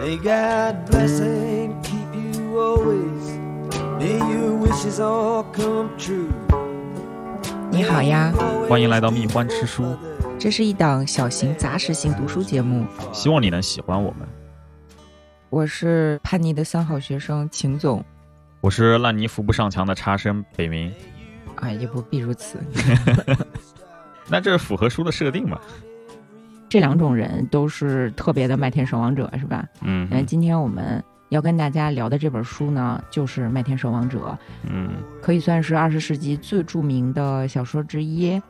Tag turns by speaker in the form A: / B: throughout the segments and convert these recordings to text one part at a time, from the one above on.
A: May God bless and keep you always. May your wishes all come true.
B: 你好呀，
C: 欢迎来到蜜獾吃书，
B: 这是一档小型杂食性读书节目，
C: 希望你能喜欢我们。
B: 我是叛逆的三好学生秦总。
C: 我是烂泥扶不上墙的差生北 冥，
D: 哎
B: 啊，也不必如此。
C: 那这符合书的设定嘛？
D: 这两种人都是特别的麦田守望者，是吧？
C: 嗯
D: 嗯，今天我们要跟大家聊的这本书呢，就是《麦田守望者
C: 嗯》，
D: 可以算是二十世纪最著名的小说之一，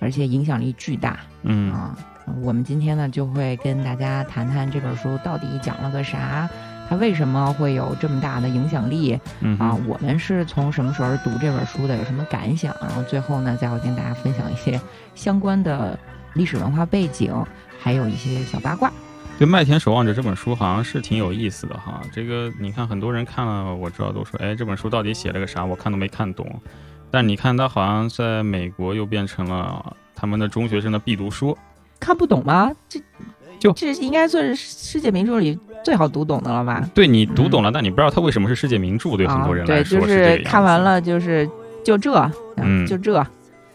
D: 而且影响力巨大
C: 嗯
D: 啊。我们今天呢，就会跟大家谈谈这本书到底讲了个啥，它为什么会有这么大的影响力
C: 嗯
D: 啊？我们是从什么时候读这本书的，有什么感想？然后最后呢，再会跟大家分享一些相关的历史文化背景，还有一些小八卦。
C: 对《麦田守望者》这本书好像是挺有意思的哈。这个你看，很多人看了，我知道都说，哎，这本书到底写了个啥？我看都没看懂。但你看，它好像在美国又变成了他们的中学生的必读书。
D: 看不懂吗？这
C: 就
D: 这应该算是世界名著里最好读懂的了吧？
C: 对你读懂了，但你不知道它为什么是世界名著。对很多人
D: 啊、嗯
C: 来
D: 对，
C: 说
D: 就
C: 这个样
D: 是
C: 子。
D: 看完了就是就这，啊
C: 嗯
D: 就这，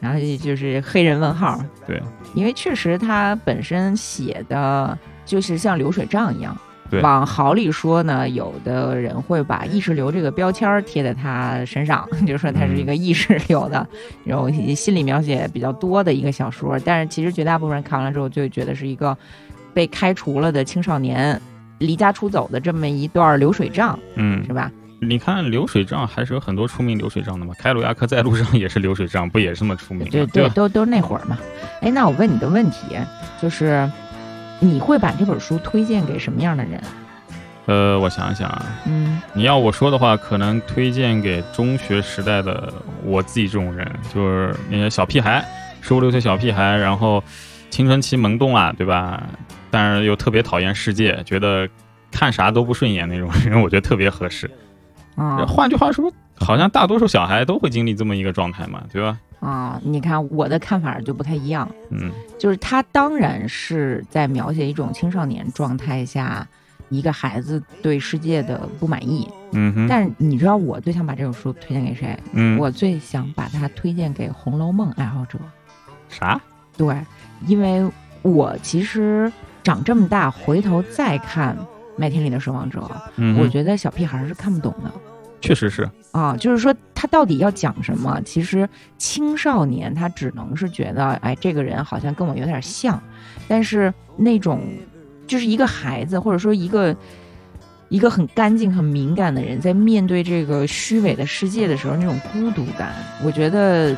D: 然后就是黑人问号，
C: 对，
D: 因为确实它本身写的就是像流水账一样。
C: 对
D: 往好里说呢，有的人会把意识流这个标签儿贴在他身上， 就说他
C: 嗯
D: 是一个意识流的，然后心理描写比较多的一个小说。但是其实绝大部分人看完了之后，就会觉得是一个被开除了的青少年离家出走的这么一段流水账，
C: 嗯
D: 是，吧？
C: 你看流水账还是有很多出名流水账的嘛，《开鲁亚克在路上》 也是流水账，不也是这么出名吗？
D: 对
C: 对吧？
D: 都都是那会儿嘛。哎，那我问你个问题，就是你会把这本书推荐给什么样的人？
C: 呃，我想想啊，
D: 嗯，
C: 你要我说的话，可能推荐给中学时代的我自己这种人，就是那些小屁孩，十五六岁小屁孩，然后青春期萌动啊，对吧？但是又特别讨厌世界，觉得看啥都不顺眼那种人，我觉得特别合适。
D: 啊、
C: 换句话说，好像大多数小孩都会经历这么一个状态嘛，对吧？
D: 啊、你看我的看法就不太一样，
C: 嗯
D: 就是他当然是在描写一种青少年状态下一个孩子对世界的不满意。
C: 嗯哼，
D: 但是你知道我最想把这本书推荐给谁？
C: 嗯
D: 我最想把它推荐给《红楼梦》爱好者。
C: 啥？
D: 对，因为我其实长这么大回头再看《麦田里的守望者》，
C: 嗯哼，
D: 我觉得小屁孩儿是看不懂的。
C: 确实是，
D: 啊，就是说他到底要讲什么？其实青少年他只能是觉得，哎，这个人好像跟我有点像，但是那种就是一个孩子，或者说一个一个很干净、很敏感的人，在面对这个虚伪的世界的时候，那种孤独感，我觉得。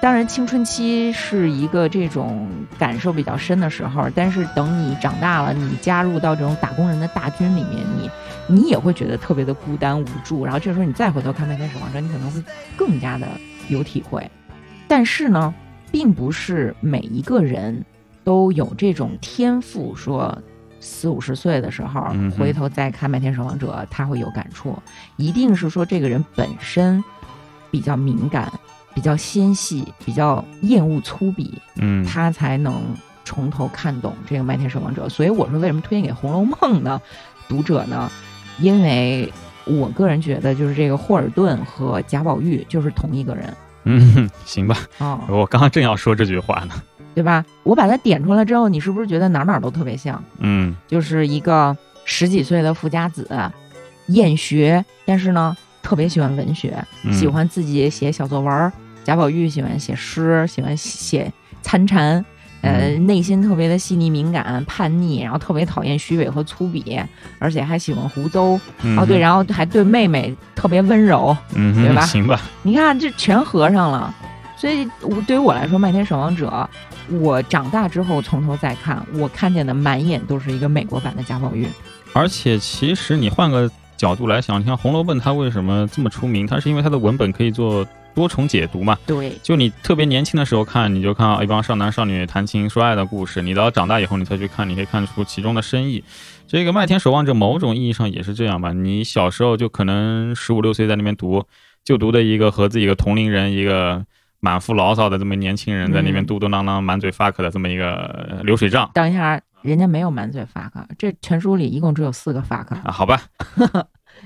D: 当然，青春期是一个这种感受比较深的时候，但是等你长大了，你加入到这种打工人的大军里面，你你也会觉得特别的孤单无助。然后这时候你再回头看《麦田守望者》，你可能会更加的有体会。但是呢，并不是每一个人都有这种天赋，说四五十岁的时候、
C: 嗯哼
D: 回头再看《麦田守望者》，他会有感触。一定是说这个人本身比较敏感、比较纤细、比较厌恶粗鄙，
C: 嗯，
D: 他才能从头看懂这个《麦田守望者》。所以我说，为什么推荐给《红楼梦》的读者呢？因为我个人觉得，就是这个霍尔顿和贾宝玉就是同一个人
C: 嗯 哼，行吧，
D: 啊、哦
C: 我刚刚正要说这句话呢。
D: 对吧？我把它点出来之后，你是不是觉得哪儿哪儿都特别像？
C: 嗯，
D: 就是一个十几岁的富家子，厌学，但是呢，特别喜欢文学，
C: 嗯
D: 喜欢自己写小作文儿。贾宝玉喜欢写诗，喜欢写参禅，呃，
C: 嗯
D: 内心特别的细腻、敏感、叛逆，然后特别讨厌虚伪和粗鄙，而且还喜欢胡诌。
C: 嗯
D: 哦，对，
C: 哼，
D: 然后还对妹妹特别温柔。
C: 嗯哼，
D: 对吧
C: 行吧，
D: 你看，这全合上了。所以，我对于我来说，《麦田守望者》，我长大之后从头再看，我看见的满眼都是一个美国版的贾宝玉。
C: 而且其实你换个角度来想，你看《红楼梦》它为什么这么出名？它是因为它的文本可以做多重解读嘛。
D: 对，
C: 就你特别年轻的时候看，你就看到一帮少男少女谈情说爱的故事；你到长大以后，你再去看，你可以看出其中的深意。这个《麦田守望者》某种意义上也是这样吧。你小时候就可能十五六岁在那边读，就读的一个和自己的同龄人一个。满腹牢骚的这么年轻人在那边
D: 嗯
C: 嘟嘟囔囔、满嘴 fuck 的这么一个呃流水账，
D: 等一下，人家没有满嘴 fuck，这全书里一共只有四个 fuck，
C: 啊，好吧，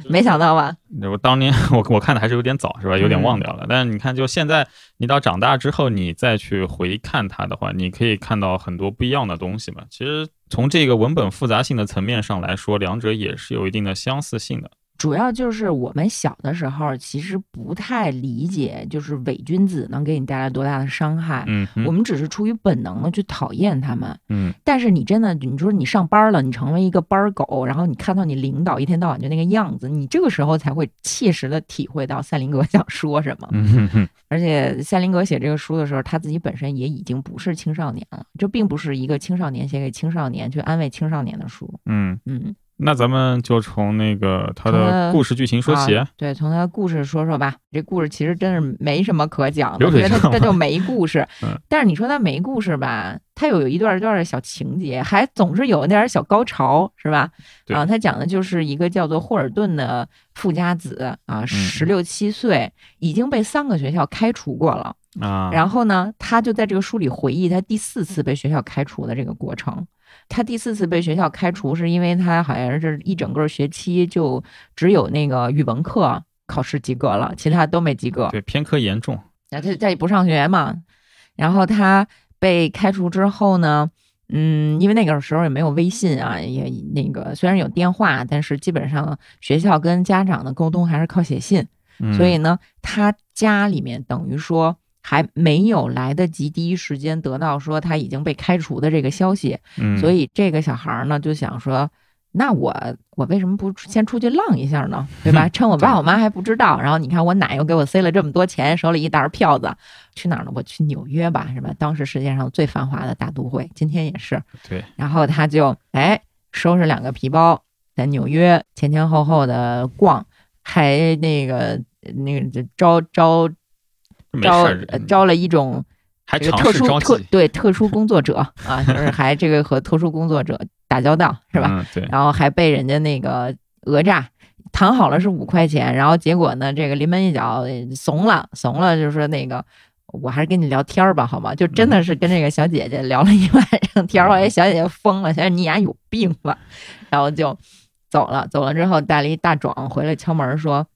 D: 没想到吧？
C: 我当年我我看的还是有点早，是吧？有点
D: 嗯
C: 忘掉了。但是你看，就现在你到长大之后，你再去回看它的话，你可以看到很多不一样的东西嘛。其实从这个文本复杂性的层面上来说，两者也是有一定的相似性的。
D: 主要就是我们小的时候其实不太理解，就是伪君子能给你带来多大的伤害。
C: 嗯哼，
D: 我们只是出于本能的去讨厌他们，
C: 嗯
D: 但是你真的，你说你上班了，你成为一个班儿狗，然后你看到你领导一天到晚就那个样子，你这个时候才会切实的体会到赛林格 想说什么。
C: 嗯哼哼，
D: 而且赛林格写这个书的时候，他自己本身也已经不是青少年了，这并不是一个青少年写给青少年去安慰青少年的书。
C: 嗯。
D: 嗯，
C: 那咱们就从那个它
D: 从它
C: 的故事剧情说起，
D: 啊对，从他的故事说说吧。这故事其实真是没什么可讲的，
C: 流
D: 我
C: 水
D: 觉得
C: 账
D: 他
C: 吧。
D: 就没故事
C: 嗯
D: 但是你说他没故事吧，他有一段一段的小情节，还总是有那点儿小高潮，是吧？
C: 对
D: 啊，他讲的就是一个叫做霍尔顿的富家子
C: 嗯
D: 啊，十六七岁，已经被三个学校开除过了。
C: 啊，
D: 然后呢，他就在这个书里回忆他第四次被学校开除的这个过程。他第四次被学校开除，是因为他好像是一整个学期就只有那个语文课考试及格了，其他都没及格。
C: 对偏科严重，
D: 然后他他也不上学嘛。然后他被开除之后呢，嗯，因为那个时候也没有微信啊，也那个虽然有电话，但是基本上学校跟家长的沟通还是靠写信。
C: 嗯
D: 所以呢，他家里面等于说还没有来得及第一时间得到说他已经被开除的这个消息，
C: 嗯
D: 所以这个小孩儿呢就想说。那我我为什么不先出去浪一下 呢？对吧？趁我爸我妈还不知道，然后你看我奶又给我塞了这么多钱，手里一沓票子，去哪儿呢？我去纽约吧，是吧？当时世界上最繁华的大都会，今天也是。
C: 对，
D: 然后他就哎收拾两个皮包，在纽约前前后后的逛，还那个那个招招
C: 没
D: 招
C: 事
D: 呃
C: 儿，
D: 招了一种
C: 还
D: 这个
C: 尝
D: 特
C: 试
D: 殊
C: 着急
D: 特对特殊工作者啊，就是还这个和特殊工作者打交道是吧？
C: 嗯，对，
D: 然后还被人家那个讹诈。谈好了是五块钱，然后结果呢，这个临门一脚呃怂了，怂了，就说那个我还是跟你聊天儿吧，好吗？就真的是跟这个小姐姐聊了一晚上天儿，后来小姐姐疯了，小姐你俩有病吧？然后就走了，走了之后带了一大壮回来敲门说。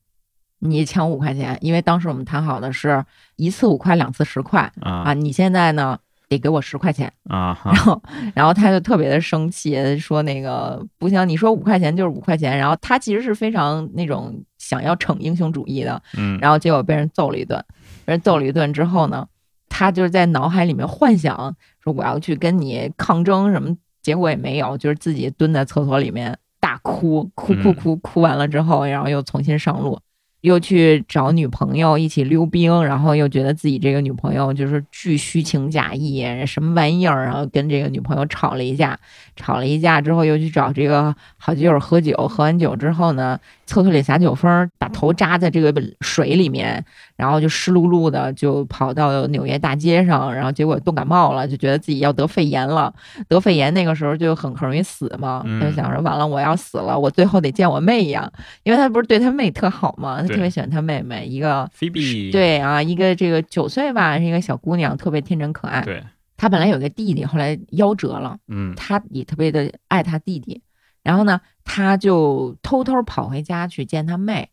D: 你抢五块钱，因为当时我们谈好的是一次五块，两次十块啊。
C: 啊
D: 你现在呢得给我十块钱，
C: 啊哈
D: 然后，然后他就特别的生气，说那个不行，你说五块钱就是五块钱。然后他其实是非常那种想要逞英雄主义的，
C: 嗯，
D: 然后结果被人揍了一顿。被人揍了一顿之后呢，他就是在脑海里面幻想说我要去跟你抗争什么，结果也没有，就是自己蹲在厕所里面大哭，哭哭
C: 嗯
D: 哭哭完了之后，然后又重新上路。又去找女朋友一起溜冰，然后又觉得自己这个女朋友就是巨虚情假意，什么玩意儿，然后跟这个女朋友吵了一架，吵了一架之后又去找这个好基友喝酒，
C: 嗯
D: 喝完酒之后呢，厕所里撒酒疯儿，把头扎在这个水里面，然后就湿漉漉的就跑到纽约大街上，然后结果冻感冒了，就觉得自己要得肺炎了，得肺炎那个时候就很很容易死嘛，
C: 嗯
D: 就想着完了我要死了，我最后得见我妹呀，因为他不是对他妹特好嘛，他
C: 对
D: 特别喜欢他妹妹，一个
C: 菲比，
D: 对啊，一个这个九岁吧，是一个小姑娘，特别天真可爱。
C: 对，
D: 她本来有个弟弟，后来夭折了，
C: 嗯
D: 她也特别的爱她弟弟。然后呢，她就偷偷跑回家去见她妹，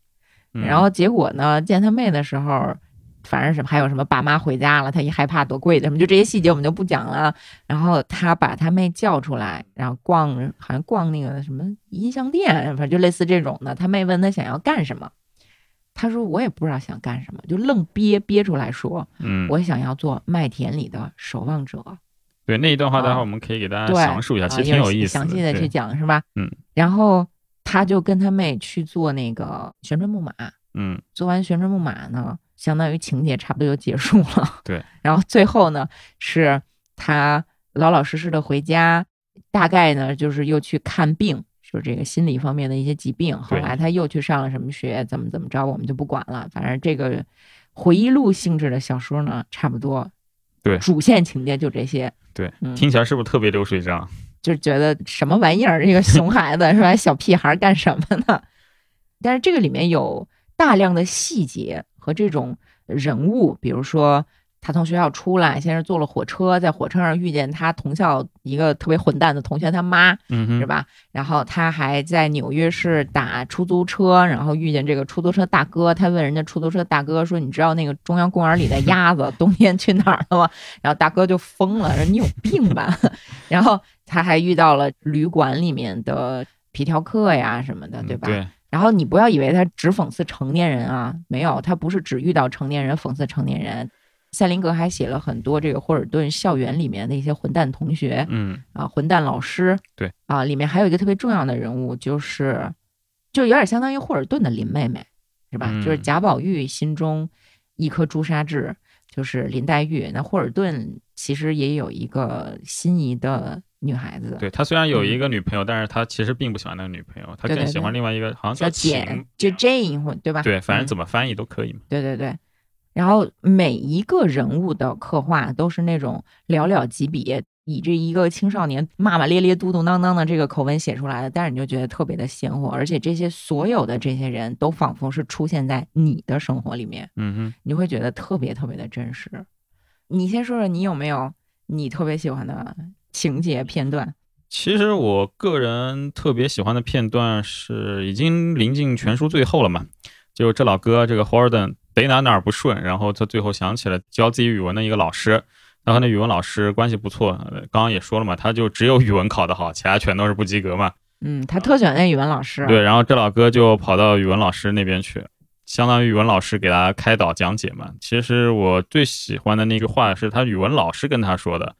C: 嗯，
D: 然后结果呢，见她妹的时候。反正什么还有什么爸妈回家了，她一害怕多贵的什么，就这些细节我们就不讲了。啊然后她把她妹叫出来，然后逛，好像逛那个什么音像店，反正就类似这种的。她妹问她想要干什么，她说我也不知道想干什么，就愣憋憋出来说，
C: 嗯，
D: 我想要做麦田里的守望者。
C: 对那一段话，待会
D: 啊
C: 儿我们可以给大家
D: 对
C: 详述一下，
D: 啊
C: 其实挺有
D: 详
C: 意思的，
D: 详细的去
C: 对
D: 讲是吧？
C: 嗯。
D: 然后他就跟他妹去做那个旋转木马，
C: 嗯
D: 做完旋转木马呢，相当于情节差不多就结束了。
C: 对。
D: 然后最后呢，是他老老实实的回家，大概呢就是又去看病，就是这个心理方面的一些疾病。后
C: 对
D: 来他又去上了什么学，怎么怎么着，我们就不管了。反正这个回忆录性质的小说呢，差不多。
C: 对
D: 主线情节就这些。
C: 对，
D: 嗯
C: 听起来是不是特别流水账？
D: 就觉得什么玩意儿，这个熊孩子是吧？小屁孩儿干什么呢？但是这个里面有大量的细节和这种人物，比如说他从学校出来，先是坐了火车，在火车上遇见他同校一个特别混蛋的同学他妈，
C: 嗯哼，
D: 是吧？然后他还在纽约市打出租车，然后遇见这个出租车大哥，他问人家出租车大哥说：“你知道那个中央公园里 的鸭子冬天去哪儿了吗？”然后大哥就疯了，说：“你有病吧？” 然后他还遇到了旅馆里面的皮条客呀什么的，
C: 嗯
D: 对吧？
C: 对，
D: 然后你不要以为他只讽刺成年人啊，没有，他不是只遇到成年人讽刺成年人。塞林格还写了很多这个霍尔顿校园里面的一些混蛋同学，
C: 嗯，
D: 啊，混蛋老师，
C: 对
D: 啊，里面还有一个特别重要的人物，就是就有点相当于霍尔顿的林妹妹，是吧？就是
C: 嗯
D: 贾宝玉心中一颗朱砂痣，就是林黛玉。那霍尔顿其实也有一个心仪的女孩子，
C: 对他虽然有一个女朋友，但是他其实并不喜欢那个女朋友，
D: 嗯
C: 他
D: 对
C: 更
D: 对
C: 喜欢
D: 对
C: 另外一个，好像
D: 叫
C: 叫
D: 简
C: 晴，，
D: 就 Jane 或对吧？
C: 对，反
D: 嗯
C: 正怎么翻译都可以嘛。
D: 对对对。然后每一个人物的刻画都是那种寥寥几笔，以这一个青少年骂骂咧咧、嘟嘟囔囔的这个口吻写出来的，但是你就觉得特别的鲜活，而且这些所有的这些人都仿佛是出现在你的生活里面，
C: 嗯哼，
D: 你会觉得特别特别的真实。你先说说你有没有你特别喜欢的情节片段？
C: 其实我个人特别喜欢的片段是已经临近全书最后了嘛，就这老哥这个 Horden 北哪哪儿不顺，然后他最后想起了教自己语文的一个老师。他和那语文老师关系不错，呃刚刚也说了嘛，他就只有语文考得好，其他全都是不及格嘛。
D: 嗯，他特喜欢那语文老师，
C: 对，然后这老哥就跑到语文老师那边去，相当于语文老师给他开导讲解嘛。其实我最喜欢的那句话是他语文老师跟他说的：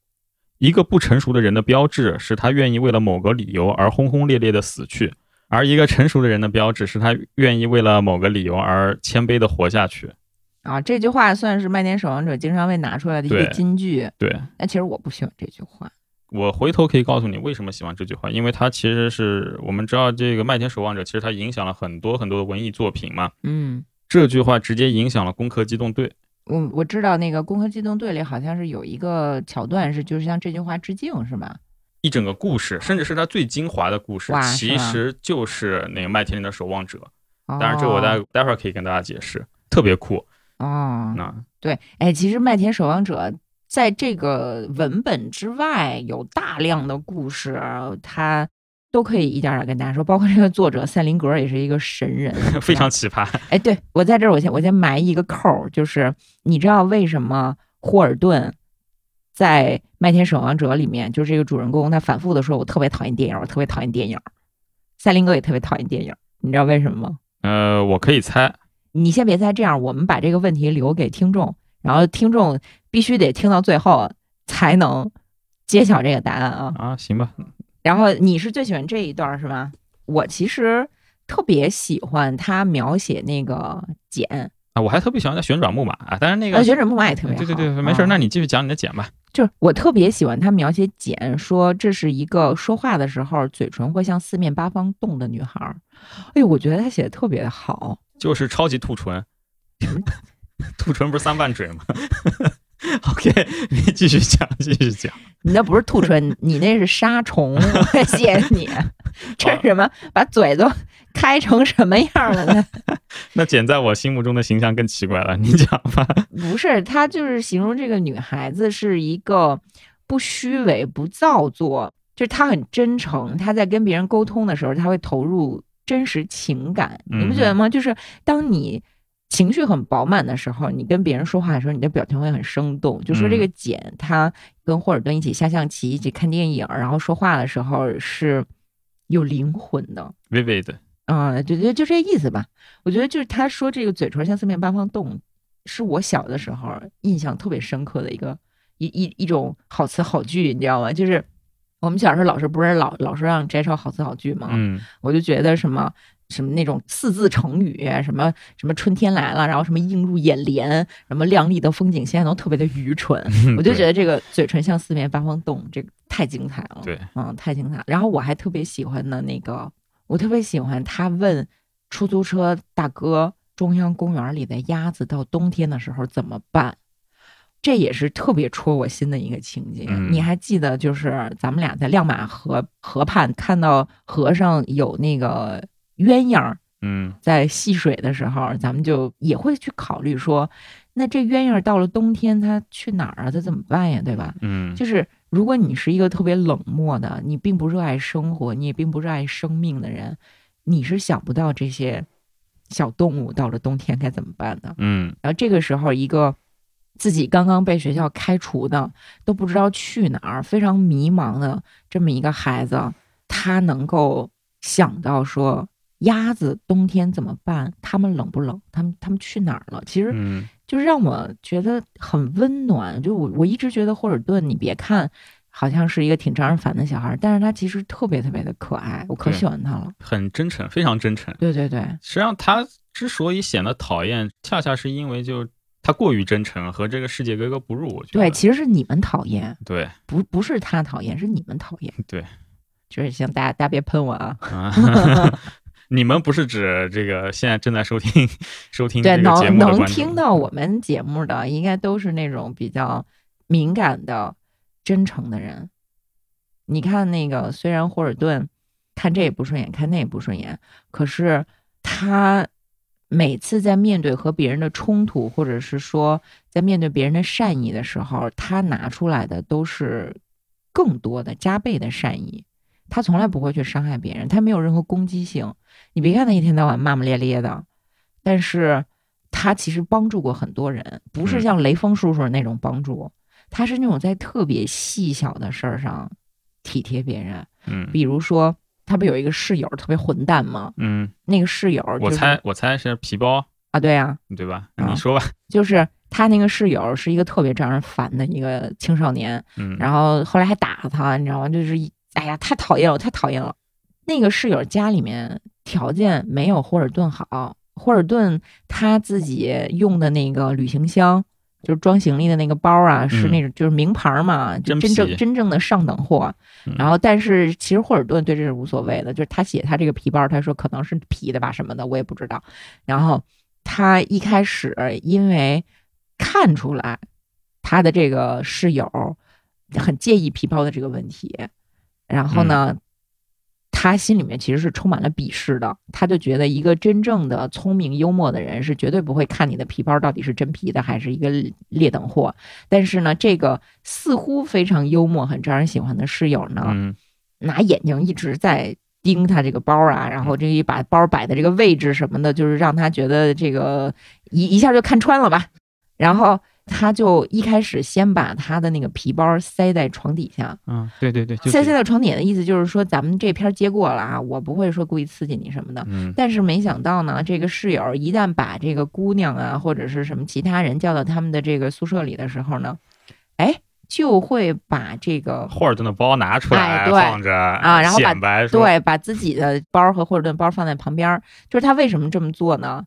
C: 一个不成熟的人的标志是他愿意为了某个理由而轰轰烈烈的死去，而一个成熟的人的标志是他愿意为了某个理由而谦卑的活下去。
D: 啊，这句话算是《麦田守望者》经常被拿出来的一个
C: 对
D: 金句，
C: 对
D: 但其实我不喜欢这句话。
C: 我回头可以告诉你为什么喜欢这句话，因为它其实是我们知道这个《麦田守望者》，其实它影响了很多很多的文艺作品嘛。
D: 嗯，
C: 这句话直接影响了《攻壳机动队》。
D: 我我知道那个《攻壳机动队》里好像是有一个桥段是就是向这句话致敬是吧？
C: 一整个故事，甚至是它最精华的故事
D: 哇，是
C: 其
D: 吗
C: 实就是那个麦田里的守望者。
D: 当
C: 当然，这我待待会儿可以跟大家解释，特别酷。
D: 哦，
C: 那，
D: 对，哎，其实《麦田守望者》在这个文本之外有大量的故事，它都可以一点儿点儿跟大家说，包括这个作者塞林格也是一个神人
C: 非常奇葩。
D: 哎，对我在这儿，我先我先埋一个扣儿，就是你知道为什么霍尔顿在《麦田守望者》里面，就是这个主人公，他反复的说：“我特别讨厌电影，我特别讨厌电影。”赛林格也特别讨厌电影，你知道为什么吗？
C: 呃，我可以猜，
D: 你先别猜，这样我们把这个问题留给听众，然后听众必须得听到最后才能揭晓这个答案啊。
C: 啊，行吧，
D: 然后你是最喜欢这一段儿是吧？我其实特别喜欢他描写那个简，
C: 啊，我还特别喜欢在旋转木马啊，但是那
D: 呃，
C: 个。
D: 旋转木马也特别好。
C: 对对对，没事
D: 啊
C: 儿，那你继续讲你的茧吧。
D: 就是我特别喜欢他描写简，说这是一个说话的时候嘴唇会向四面八方动的女孩儿。哎呦，我觉得他写的特别的好。
C: 就是超级兔唇，兔唇不是三瓣嘴吗？OK，你 继续讲，继续讲。
D: 你那不是兔唇， 你那是杀虫。我谢谢你， 这
C: 哦
D: 是什么？把嘴都开成什么样了呢？
C: 那简在我心目中的形象更奇怪了，你讲吧。
D: 不是，他就是形容这个女孩子是一个不虚伪、不造作，就是她很真诚。她在跟别人沟通的时候，她会投入真实情感，你不觉得吗？就是当你情绪很饱满的时候，你跟别人说话的时候，你的表情会很生动。就说这个简，她跟霍尔顿一起下象棋、一起看电影，然后说话的时候是有灵魂的。
C: Vivid，
D: 啊、对对，就这意思吧。我觉得就是他说这个嘴唇向四面八方动，是我小的时候印象特别深刻的一个一一一种好词好句，你知道吗？就是我们小时候老师不是老老是让摘抄好词好句吗？
C: 嗯，
D: 我就觉得什么什么那种四字成语，什么什么春天来了，然后什么映入眼帘，什么亮丽的风景线，都特别的愚蠢。 我就
C: 对
D: 觉得这个嘴唇向四面八方动，这个太精彩了。
C: 对，
D: 嗯，太精彩了。然后我还特别喜欢的那个，我特别喜欢他问出租车大哥，中央公园里的鸭子到冬天的时候怎么办？这也是特别戳我心的一个情节。
C: 嗯
D: 你还记得，就是咱们俩在亮马河河畔看到河上有那个鸳鸯
C: 嗯
D: 在戏水的时候，咱们就也会去考虑说，那这鸳鸯到了冬天，它去哪儿啊？它怎么办呀？对吧？
C: 嗯，
D: 就是如果你是一个特别冷漠的，你并不热爱生活，你也并不热爱生命的人，你是想不到这些小动物到了冬天该怎么办的。
C: 嗯
D: 然后这个时候，一个自己刚刚被学校开除的，都不知道去哪儿，非常迷茫的这么一个孩子，他能够想到说鸭子冬天怎么办？它们冷不冷？它们它们去哪儿了？其实
C: 嗯
D: 就是让我觉得很温暖。就我我一直觉得霍尔顿，你别看好像是一个挺招人烦的小孩儿，但是他其实特别特别的可爱，我可
C: 对
D: 喜欢他了。
C: 很真诚，非常真诚。
D: 对对对，
C: 实际上，他之所以显得讨厌，恰恰是因为就他过于真诚和这个世界格格不入。我觉得
D: 对，其实是你们讨厌，
C: 对
D: 不不是他讨厌，是你们讨厌。
C: 对，
D: 就是行，大家大家别喷我啊。
C: 啊， 你们不是指这个现在正在收听收听
D: 对，
C: 这个节
D: 能
C: 目的
D: 能
C: 观众
D: 听到我们节目的，应该都是那种比较敏感的、真诚的人。你看那个，虽然霍尔顿看这也不顺眼，看那也不顺眼，可是他每次在面对和别人的冲突，或者是说在面对别人的善意的时候，他拿出来的都是更多的加倍的善意。他从来不会去伤害别人，他没有任何攻击性。你别看他一天到晚骂骂咧咧的，但是他其实帮助过很多人，不是
C: 嗯
D: 像雷锋叔叔那种帮助，他是那种在特别细小的事儿上体贴别人。
C: 嗯
D: 比如说，他不有一个室友特别混蛋吗？
C: 嗯，
D: 那个室友、就是，
C: 我猜我猜是皮包
D: 啊，对啊，
C: 对吧？
D: 啊
C: 你说吧，
D: 就是他那个室友是一个特别招人烦的一个青少年，
C: 嗯，
D: 然后后来还打他，你知道吗？就是一哎呀，太讨厌了，太讨厌了。那个室友家里面条件没有霍尔顿好，霍尔顿他自己用的那个旅行箱，就是装行李的那个包啊，是那种就是名牌嘛，就
C: 嗯真
D: 真正
C: 皮
D: 真正的上等货。
C: 嗯
D: 然后，但是其实霍尔顿对这是无所谓的，就是他写他这个皮包，他说可能是皮的吧什么的，我也不知道。然后他一开始因为看出来他的这个室友很介意皮包的这个问题，然后呢，他心里面其实是充满了鄙视的，他就觉得一个真正的聪明幽默的人是绝对不会看你的皮包到底是真皮的还是一个劣等货。但是呢，这个似乎非常幽默、很招人喜欢的室友呢，
C: 嗯
D: 拿眼睛一直在盯他这个包啊，然
C: 嗯
D: 后这一把包摆的这个位置什么的，就是让他觉得这个一一下就看穿了吧。然后他就一开始先把他的那个皮包塞在床底下，
C: 嗯，对对对，就
D: 塞
C: 是
D: 塞到床底下的意思就是说咱们这篇接过了啊，我不会说故意刺激你什么的。
C: 嗯
D: 但是没想到呢，这个室友一旦把这个姑娘啊，或者是什么其他人叫到他们的这个宿舍里的时候呢，哎，就会把这个
C: 霍尔顿的包拿出
D: 哎
C: 来
D: 对
C: 放着啊
D: 然后把
C: 显摆说
D: 对，把自己的包和霍尔顿包放在旁边儿。就是他为什么这么做呢？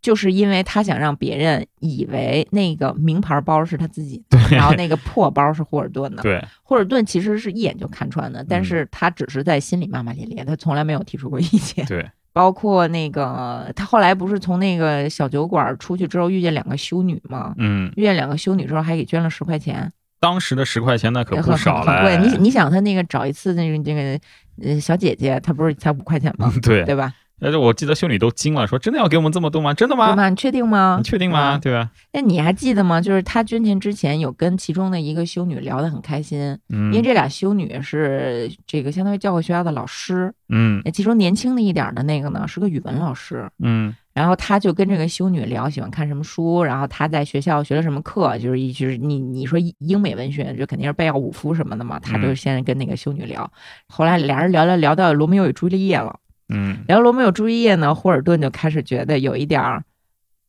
D: 就是因为他想让别人以为那个名牌包是他自己的，然后那个破包是霍尔顿的。
C: 对
D: 霍尔顿其实是一眼就看穿的，但
C: 嗯
D: 是他只是在心里骂骂咧咧，他从来没有提出过意见。
C: 对，
D: 包括那个他后来不是从那个小酒馆出去之后遇见两个修女吗？
C: 嗯，
D: 遇见两个修女之后还给捐了十块钱，
C: 当时的十块钱那可
D: 也
C: 不
D: 很
C: 少
D: 很很贵。
C: 了，
D: 你你想他那个找一次那个那个呃小姐姐，她不是才五块钱吗？
C: 对，
D: 对吧？
C: 但是我记得修女都惊了，说真的要给我们这么多吗？真的
D: 对
C: 吗？
D: 吗？你确定吗？
C: 你确定吗？
D: 啊
C: 对吧？
D: 那你还记得吗？就是他捐钱之前有跟其中的一个修女聊得很开心，
C: 嗯，
D: 因为这俩修女是这个相当于教会学校的老师，
C: 嗯
D: 那其中年轻的一点儿的那个呢是个语文老师，
C: 嗯
D: 然后他就跟这个修女聊喜欢看什么书，然后他在学校学了什么课，就是一就是你你说英美文学就肯定是贝奥武夫什么的嘛，他就
C: 嗯
D: 先跟那个修女聊，后来俩人聊聊聊到罗密欧与朱丽叶了，
C: 嗯
D: 聊罗密欧与朱丽叶呢，霍尔顿就开始觉得有一点儿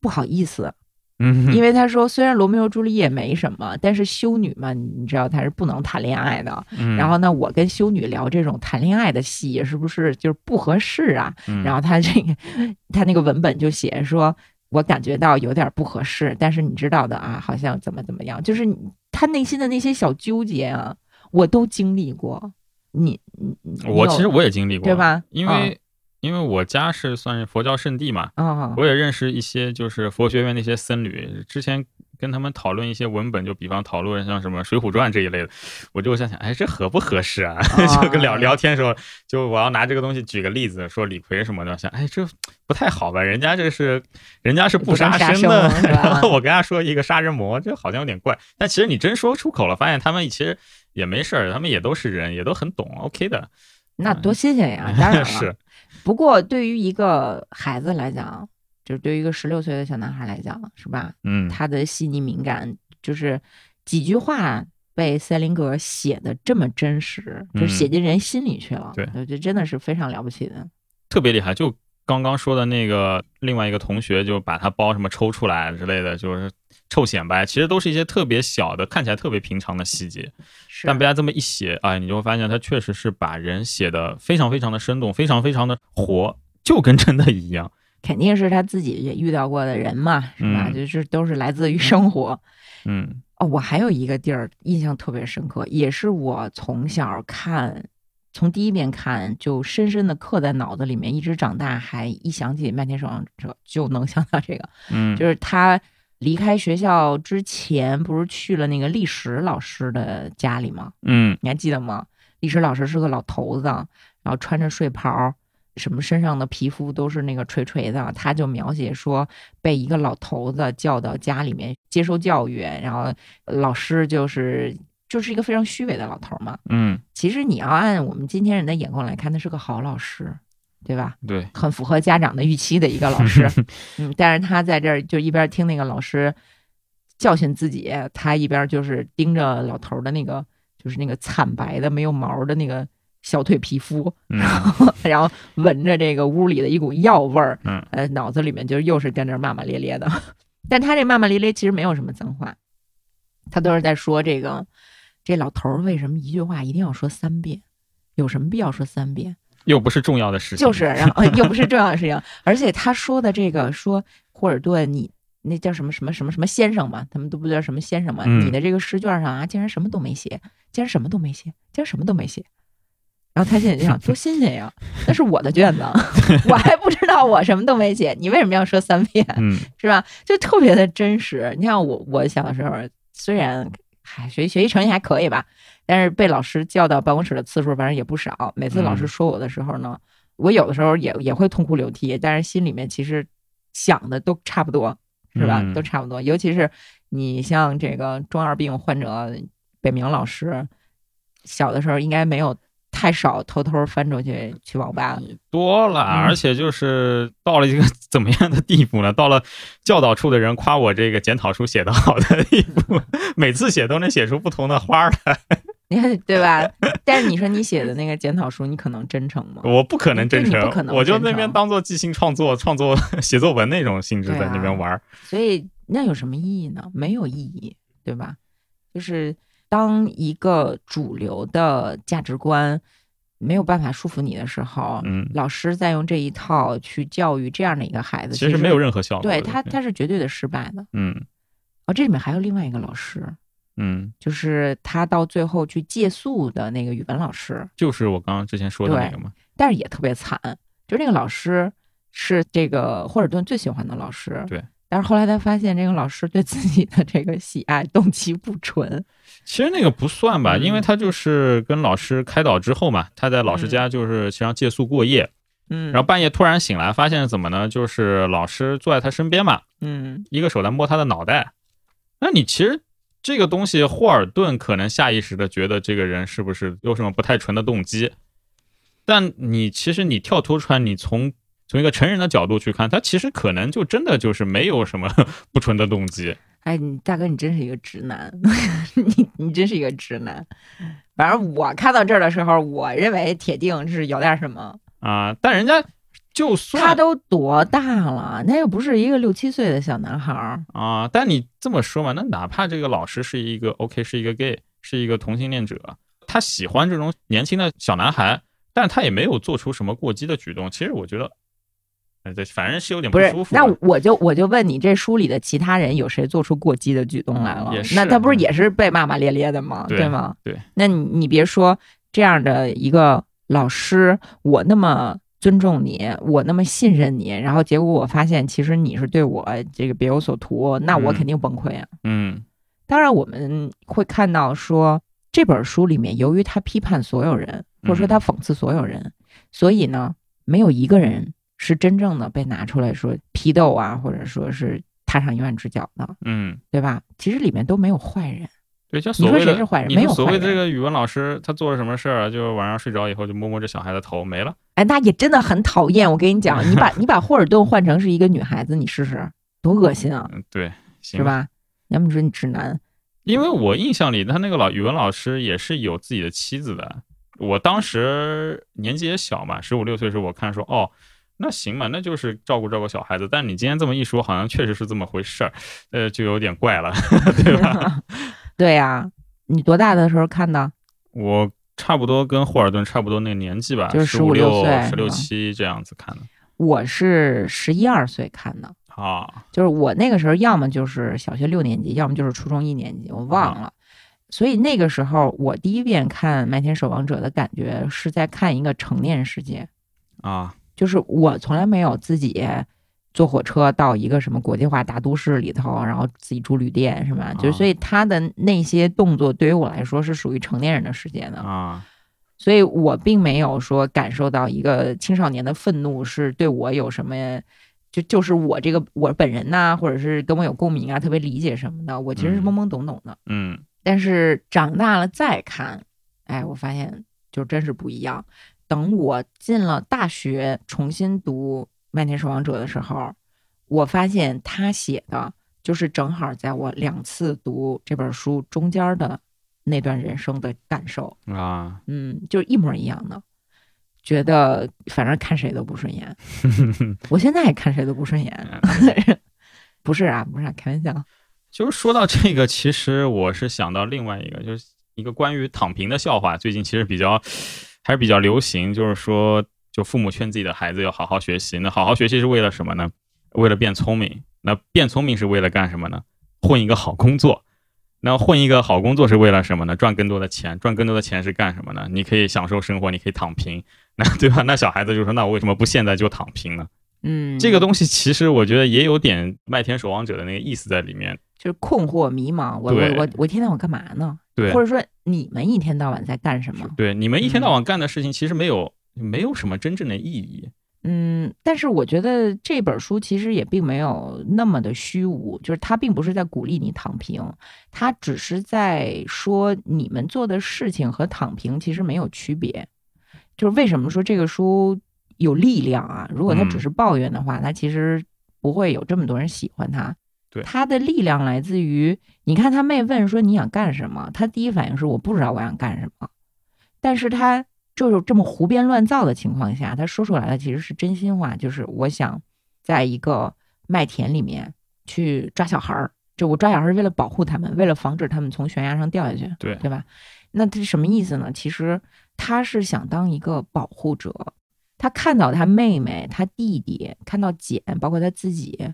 D: 不好意思，
C: 嗯，
D: 因
C: 为
D: 为他说，虽然罗密欧朱丽叶没什么，但是修女嘛，你你知道她是不能谈恋爱的。
C: 嗯
D: 然后呢，我跟修女聊这种谈恋爱的戏，是不是就是不合适啊？然
C: 后
D: 后他这个他那个文本就写说，我感觉到有点不合适，但是你知道的啊，好像怎么怎么样，就是你他内心的那些小纠结啊，我都经历过。你你你
C: 我
D: 有
C: 其实我也经历过，
D: 对？吧？嗯
C: 因为因为我家是算是佛教圣地嘛，
D: 啊、哦
C: 我也认识一些就是佛学院那些僧侣，之前跟他们讨论一些文本，就比方讨论像什么《水浒传》这一类的，我就想想，哎，这合不合适啊？ 就跟聊聊天的时候，就我要拿这个东西举个例子，说李逵什么的，想，哎，这不太好吧？人家这是人家是不杀生啊的，
D: 不杀生是吧
C: 然后我跟他说一个杀人魔，这好像有点怪。但其实你真说出口了，发现他们其实也没事儿，他们也都是人，也都很懂，OK 的。
D: 那多新鲜呀！当然了，
C: 是，
D: 不过对于一个孩子来讲，就是对于一个十六岁的小男孩来讲，是吧？
C: 嗯，
D: 他的细腻敏感，就是几句话被塞林格写的这么真实，就
C: 嗯
D: 写进人心里去了。
C: 对
D: 我觉得真的是非常了不起的。
C: 特别厉害。就刚刚说的那个另外一个同学，就把他包什么抽出来之类的，就是臭显摆，其实都是一些特别小的，看起来特别平常的细节，
D: 是
C: 但被他这么一写，哎，你就会发现他确实是把人写的非常非常的生动，非常非常的活，就跟真的一样。
D: 肯定是他自己也遇到过的人嘛，是吧？
C: 嗯
D: 就是都是来自于生活。
C: 嗯
D: 哦，我还有一个地儿印象特别深刻，也是我从小看，从第一遍看就深深的刻在脑子里面，一直长大还一想起漫天守望者就能想到这个，
C: 嗯，
D: 就是他离开学校之前不是去了那个历史老师的家里吗？
C: 嗯
D: 你还记得吗？历史老师是个老头子，啊然后穿着睡袍，什么身上的皮肤都是那个垂垂的。啊他就描写说，被一个老头子叫到家里面接受教育，然后老师就是就是一个非常虚伪的老头嘛。
C: 嗯，
D: 其实你要按我们今天人的眼光来看，他是个好老师，对吧？
C: 对，
D: 很符合家长的预期的一个老师，嗯，但是他在这儿就一边听那个老师教训自己，他一边就是盯着老头儿的那个就是那个惨白的没有毛的那个小腿皮肤，
C: 嗯
D: 然后闻着这个屋里的一股药味儿，
C: 嗯，
D: 呃，脑子里面就又是在那儿骂骂咧咧的， 但他这骂骂咧咧其实没有什么脏话，他都是在说这个这老头儿为什么一句话一定要说三遍，有什么必要说三遍？
C: 又不是重要的事情，
D: 就是，然后呃又不是重要的事情，而且他说的这个说霍尔顿你。那叫什么什么什么什么先生嘛，他们都不叫什么先生嘛。
C: 嗯
D: 你的这个试卷上啊，竟然什么都没写，竟然什么都没写，竟然什么都没写。然后他心里就想，多新鲜呀！ 那是我的卷子，啊 我还不知道我什么都没写，你为什么要说三 遍？
C: 嗯
D: 是吧？就特别的真实。你看我，我小时候虽然还学习学习成绩还可以吧，但是被老师叫到办公室的次数反正也不少。每次老师
C: 嗯
D: 说我的时候呢，我有的时候也也会痛哭流涕，但是心里面其实想的都差不多，是吧？
C: 嗯
D: 都差不多。尤其是你像这个中二病患者北明老师，小的时候应该没有太少偷偷翻出去去网吧了。
C: 多了，
D: 嗯
C: 而且就是到了一个 怎么样的地步呢？到了教导处的人夸我这个检讨书写得好的地步， 每次写都能写出不同的花儿来。
D: 你看
C: 嗯
D: 对吧？ 但是你说你写的那个检讨书，你可能真诚吗？
C: 我不可能真
D: 对
C: 诚
D: 你嗯不可，能
C: 我就
D: 真诚
C: 那边当做即兴创作、创作 写作文那种性质
D: 啊
C: 在那边玩儿。
D: 所以那有什么意义呢？没有意义，对吧？就是当一个主流的价值观没有办法束缚你的时候，
C: 嗯，
D: 老师在用这一套去教育这样的一个孩子，
C: 其实没有任何效果。
D: 对他，他是绝对的失败的。
C: 嗯
D: 哦，这里面还有另外一个老师，
C: 嗯，
D: 就是他到最后去借宿的那个语文老师，
C: 就是我刚刚之前说的那个嘛。
D: 但是也特别惨，就那个老师是这个霍尔顿最喜欢的老师，
C: 对。
D: 但是后来他发现，这个老师对自己的这个喜爱动机不纯，
C: 其实那个不算吧，
D: 嗯
C: 因为他就是跟老师开导之后嘛，他在老
D: 嗯
C: 师家就是实际上借宿过夜，
D: 嗯，
C: 然后半夜突然醒来，发现怎么呢？就是老师坐在他身边嘛，
D: 嗯，
C: 一个手在摸他的脑袋。那你其实这个东西，霍尔顿可能下意识的觉得这个人是不是有什么不太纯的动机，但你其实你跳脱出来，你从从一个成人的角度去看，他其实可能就真的就是没有什么 不纯的动机。
D: 哎，你大哥，你真是一个直男， 你你真是一个直男。反正我看到这儿的时候，我认为铁定是有点什么。
C: 啊、但人家就算
D: 他都多大了，那又不是一个六七岁的小男孩儿，
C: 啊、但你这么说嘛，那哪怕这个老师是一个 OK，是一个 gay，是一个同性恋者，他喜欢这种年轻的小男孩，但他也没有做出什么过激的举动。其实我觉得，哎，对，反正是有点
D: 不是
C: 舒？服
D: 那
C: 吧。
D: 我就我就问你，这书里的其他人有谁做出过激的举动来了
C: 嗯也？是
D: 那他不是也是被骂骂咧咧的吗？
C: 对
D: 吗？
C: 对。
D: 那你你别说这样的一个老师，我那么尊重你，我那么信任你，然后结果我发现其实你是对我这个别有所图，那我
C: 嗯
D: 肯定崩溃啊。
C: 嗯
D: 当然，我们会看到说这本书里面，由于他批判所有人，或者说
C: 嗯
D: 他讽刺所有人，所以呢，没有一个人是真正的被拿出来说批斗啊，或者说是踏上一万只脚的，
C: 嗯，
D: 对吧？其实里面都没有坏人，
C: 对，就
D: 你
C: 所
D: 说
C: 谓
D: 谁
C: 的
D: 是坏人？
C: 你
D: 没
C: 说
D: 有
C: 所
D: 坏
C: 谓这
D: 人。
C: 个语文老师他做了什么事儿啊？就是晚上睡着以后就摸摸这小孩的头，没了。
D: 哎，那也真的很讨厌。我跟你讲，你 把你把霍尔顿换成是一个女孩子，你试试，多恶心啊，
C: 嗯，对，行
D: 是？吧？要么说你直男，
C: 因为我印象里他那个老语文老师也是有自己的妻子的。我当时年纪也小嘛，十五六岁时候，我看说哦，那行嘛，那就是照顾照顾小孩子。但你今天这么一说，好像确实是这么回事儿，呃，就有点怪了，对吧？
D: 对呀、你多大的时候看的？
C: 我差不多跟霍尔顿差不多那个年纪吧，
D: 就是
C: 十
D: 15
C: 六、
D: 岁
C: 十六
D: 是吧
C: 七这样子看的
D: 我是十一二岁看的。
C: 啊。
D: 就是我那个时候，要么就是小学六年级，要么就是初中一年级，我忘了。所以那个时候，我第一遍看《麦田守望者》的感觉是在看一个成年世界，
C: 啊，
D: 就是我从来没有自己坐火车到一个什么国际化大都市里头，然后自己住旅店是吧？就
C: 啊
D: 所以他的那些动作对于我来说是属于成年人的世界的。
C: 啊，
D: 所以我并没有说感受到一个青少年的愤怒是对我有什么，就就是我这个我本人呐、或者是跟我有共鸣啊，特别理解什么的，我其实是
C: 嗯
D: 懵懵懂懂的。
C: 嗯
D: 但是长大了再看，哎，我发现就真是不一样。等我进了大学，重新读《麦田守望者》的时候，我发现他写的就是正好在我两次读这本书中间的那段人生的感受。
C: 啊，
D: 嗯，就是一模一样的，觉得反正看谁都不顺 眼。我现在也看谁都不顺眼，
C: 嗯
D: 不是啊，不是啊，开玩笑。
C: 就是说到这个，其实我是想到另外一个，就是一个关于躺平的笑话，最近其实比较还是比较流行，就是说，就父母劝自己的孩子要好好学习，那好好学习是为了什么呢？为了变聪明。那变聪明是为了干什么呢？混一个好工作。那混一个好工作是为了什么呢？赚更多的钱。赚更多的钱是干什么呢？你可以享受生活，你可以躺平，那 对吧？那小孩子就说，那我为什么不现在就躺平呢？
D: 嗯，
C: 这个东西其实我觉得也有点《麦田守望者》的那个意思在里面。
D: 就是困惑、迷茫。我
C: 对
D: 我我我一天到晚干嘛呢？
C: 对，
D: 或者说你们一天到晚在干什么？
C: 对，你们一天到晚干的事情其实没有、没有什么真正的意义。
D: 嗯，但是我觉得这本书其实也并没有那么的虚无，就是它并不是在鼓励你躺平，它只是在说你们做的事情和躺平其实没有区别。就是为什么说这个书有力量啊？如果它只
C: 嗯
D: 是抱怨的话，它其实不会有这么多人喜欢它。
C: 对
D: 它的力量来自于，你看他妹问说你想干什么，他第一反应是我不知道我想干什么，但是他就是这么胡编乱造的情况下，他说出来的其实是真心话，就是我想在一个麦田里面去抓小孩儿，就我抓小孩儿是为了保护他们，为了防止他们从悬崖上掉下去，
C: 对
D: 对吧？那这是什么意思呢？其实他是想当一个保护者，他看到他妹妹、他弟弟，看到简，包括他自己，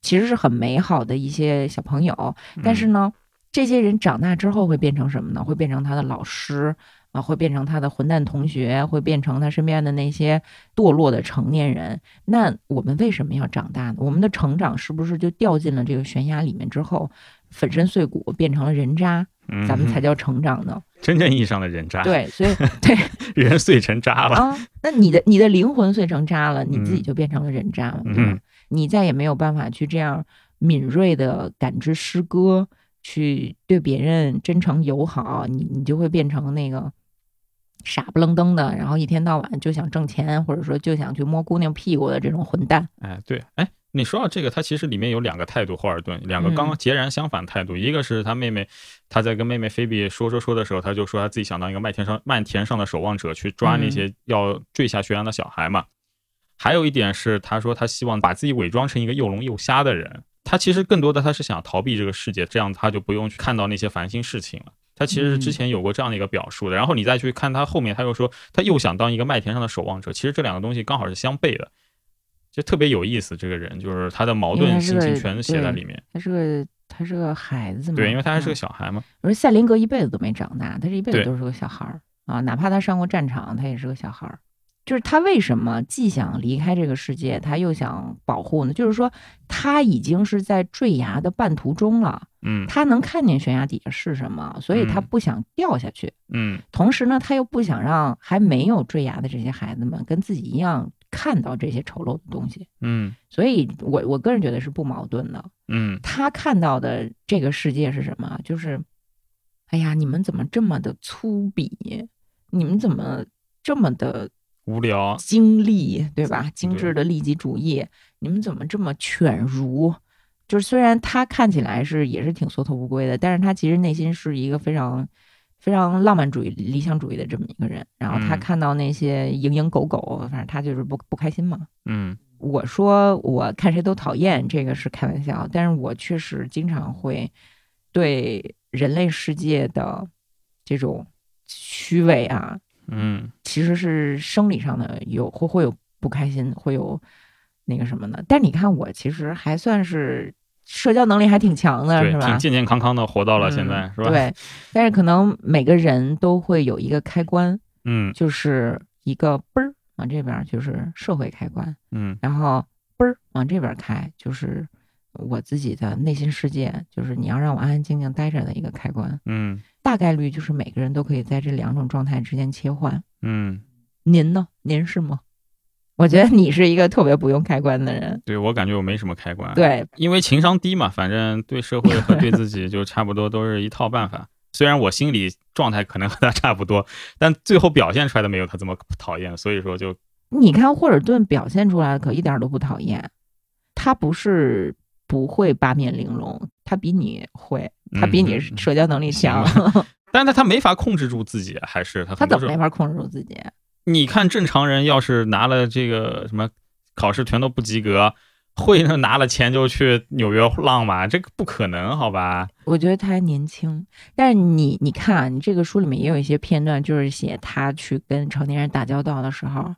D: 其实是很美好的一些小朋友。但是
C: 嗯
D: 呢，这些人长大之后会变成什么呢？会变成他的老师啊，会变成他的混蛋同学，会变成他身边的那些堕落的成年人。那我们为什么要长大呢？我们的成长是不是就掉进了这个悬崖里面之后，粉身碎骨，变成了人渣，
C: 嗯哎
D: 咱们才叫成长呢？
C: 真正意义上的人渣，，
D: 对，所 以对
C: 人碎成渣了。
D: 啊，那你的你的灵魂碎成渣了，你自己
C: 嗯
D: 就变成了人渣了，对吧
C: 嗯
D: 你再也没有办法去这样敏锐的感知诗歌，去对别人真诚友好，你你就会变成那个傻不愣登的，然后一天到晚就想挣钱，或者说就想去摸姑娘屁股的这种混蛋。
C: 哎，对，哎，你说到这个，他其实里面有两个态度，霍尔顿两个刚
D: 嗯
C: 截然相反态度，一个是他妹妹，他在跟妹妹菲比说说说的时候，他就说他自己想当一个麦田上麦田上的守望者，去抓那
D: 嗯
C: 些要坠下悬崖的小孩嘛。还有一点是，他说他希望把自己伪装成一个又聋又瞎的人。他其实更多的他是想逃避这个世界，这样他就不用去看到那些烦心事情了。他其实是之
D: 嗯
C: 前有过这样的一个表述的，然后你再去看他后面，他又说他又想当一个麦田上的守望者。其实这两个东西刚好是相悖的，就特别有意思。这个人就是他的矛
D: 因为
C: 盾
D: 他是
C: 心情
D: 个
C: 全写在里面。
D: 他是个他是个孩子嘛？
C: 对，因为他还
D: 嗯
C: 是个小孩嘛。
D: 我说赛林格一辈子都没长大，他这一辈
C: 对
D: 子都是个小孩儿啊，哪怕他上过战场，他也是个小孩儿。就是他为什么既想离开这个世界，他又想保护呢？就是说他已经是在坠崖的半途中了，
C: 嗯
D: 他能看见悬崖底下是什么，所以他
C: 嗯
D: 不想掉下去。
C: 嗯
D: 同时呢，他又不想让还没有坠崖的这些孩子们跟自己一样看到这些丑陋的东西。
C: 嗯
D: 所以我我个人觉得是不矛盾的。
C: 嗯
D: 他看到的这个世界是什么？就是，哎呀，你们怎么这么的粗鄙？你们怎么这么的
C: 无聊，
D: 精力，对吧？精致的利己主义，你们怎么这么犬儒？就是虽然他看起来是也是挺缩头乌龟的，但是他其实内心是一个非常非常浪漫主义、理想主义的这么一个人。然后他
C: 嗯
D: 看到那些蝇营狗苟，反正他就是不不开心嘛。
C: 嗯
D: 我说我看谁都讨厌，这个是开玩笑，但是我确实经常会对人类世界的这种虚伪啊，
C: 嗯
D: 其实是生理上的有会会有不开心，会有那个什么的。但你看我其实还算是社交能力还挺强的，
C: 对
D: 是，
C: 挺
D: 吧？
C: 健健康康的活到了现在，
D: 嗯
C: 是吧？，
D: 对，但是可能每个人都会有一个开关，
C: 嗯
D: 就是一个嘣儿往这边儿就是社会开关，
C: 嗯
D: 然后嘣儿往这边儿开就是我自己的内心世界，就是你要让我安安静静待着的一个开关。
C: 嗯
D: 大概率就是每个人都可以在这两种状态之间切换。
C: 嗯，
D: 您呢？您是吗？我觉得你是一个特别不用开关的人。
C: 对我感觉我没什么开关，，
D: 对，
C: 因为情商低嘛，反正对社会和对自己就差不多都是一套办法。虽然我心理状态可能和他差不多，但最后表现出来的没有他这么讨厌，所以说就
D: 你看霍尔顿表现出来的可一点都不讨厌，他不是不会八面玲珑，他比你会，他比你
C: 嗯
D: 社交能力强，
C: 但是他没法控制住自己，还是他
D: 他
C: 很多
D: 怎
C: 时
D: 么
C: 候
D: 没法控制住自己？
C: 你看正常人要是拿了这个什么考试全都不及格，会呢拿了钱就去纽约浪嘛？这个不可能，好吧？
D: 我觉得他还年轻，但是你你看啊，你这个书里面也有一些片段，就是写他去跟成年人打交道的时候，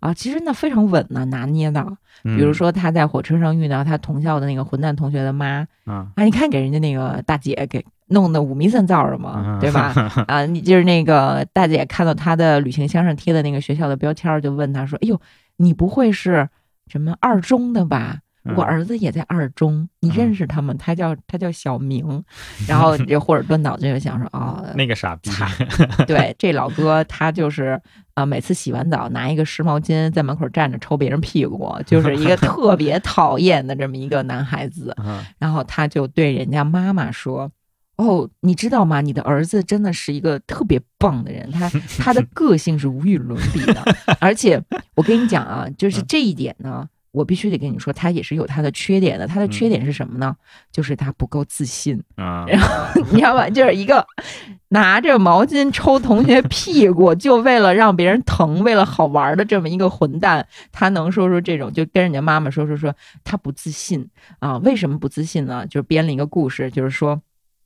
D: 啊，其实那非常稳呢、拿捏的。
C: 比
D: 嗯比如，说他在火车上遇到他同校的那个混蛋同学的妈，
C: 嗯
D: 啊，你看给人家那个大姐给弄得五迷三道的嘛
C: 嗯，
D: 对吧？啊，你就是那个大姐看到他的旅行箱上贴的那个学校的标签儿，就问他说：“哎呦，你不会是什么二中的吧？”
C: 嗯
D: 我儿子也在二中，你认识他吗？他叫他叫小明，然后这霍尔顿脑子就想说，哦，
C: 那个傻逼，
D: 对，这老哥他就是啊、呃每次洗完澡拿一个湿毛巾在门口站着抽别人屁股，就是一个特别讨厌的这么一个男孩子。
C: 嗯
D: 然后他就对人家妈妈说：“哦，你知道吗？你的儿子真的是一个特别棒的人，他他的个性是无与伦比的。而且我跟你讲啊，就是这一点呢，我必须得跟你说，他也是有他的缺点的。他的缺点是什么呢？就是他不够自信，
C: 嗯
D: 然你知道吧？就是一个拿着毛巾抽同学屁股，就为了让别人疼，为了好玩的这么一个混蛋，他能说出这种，就跟人家妈妈说说说他不自信啊？为什么不自信呢？就是编了一个故事，就是说，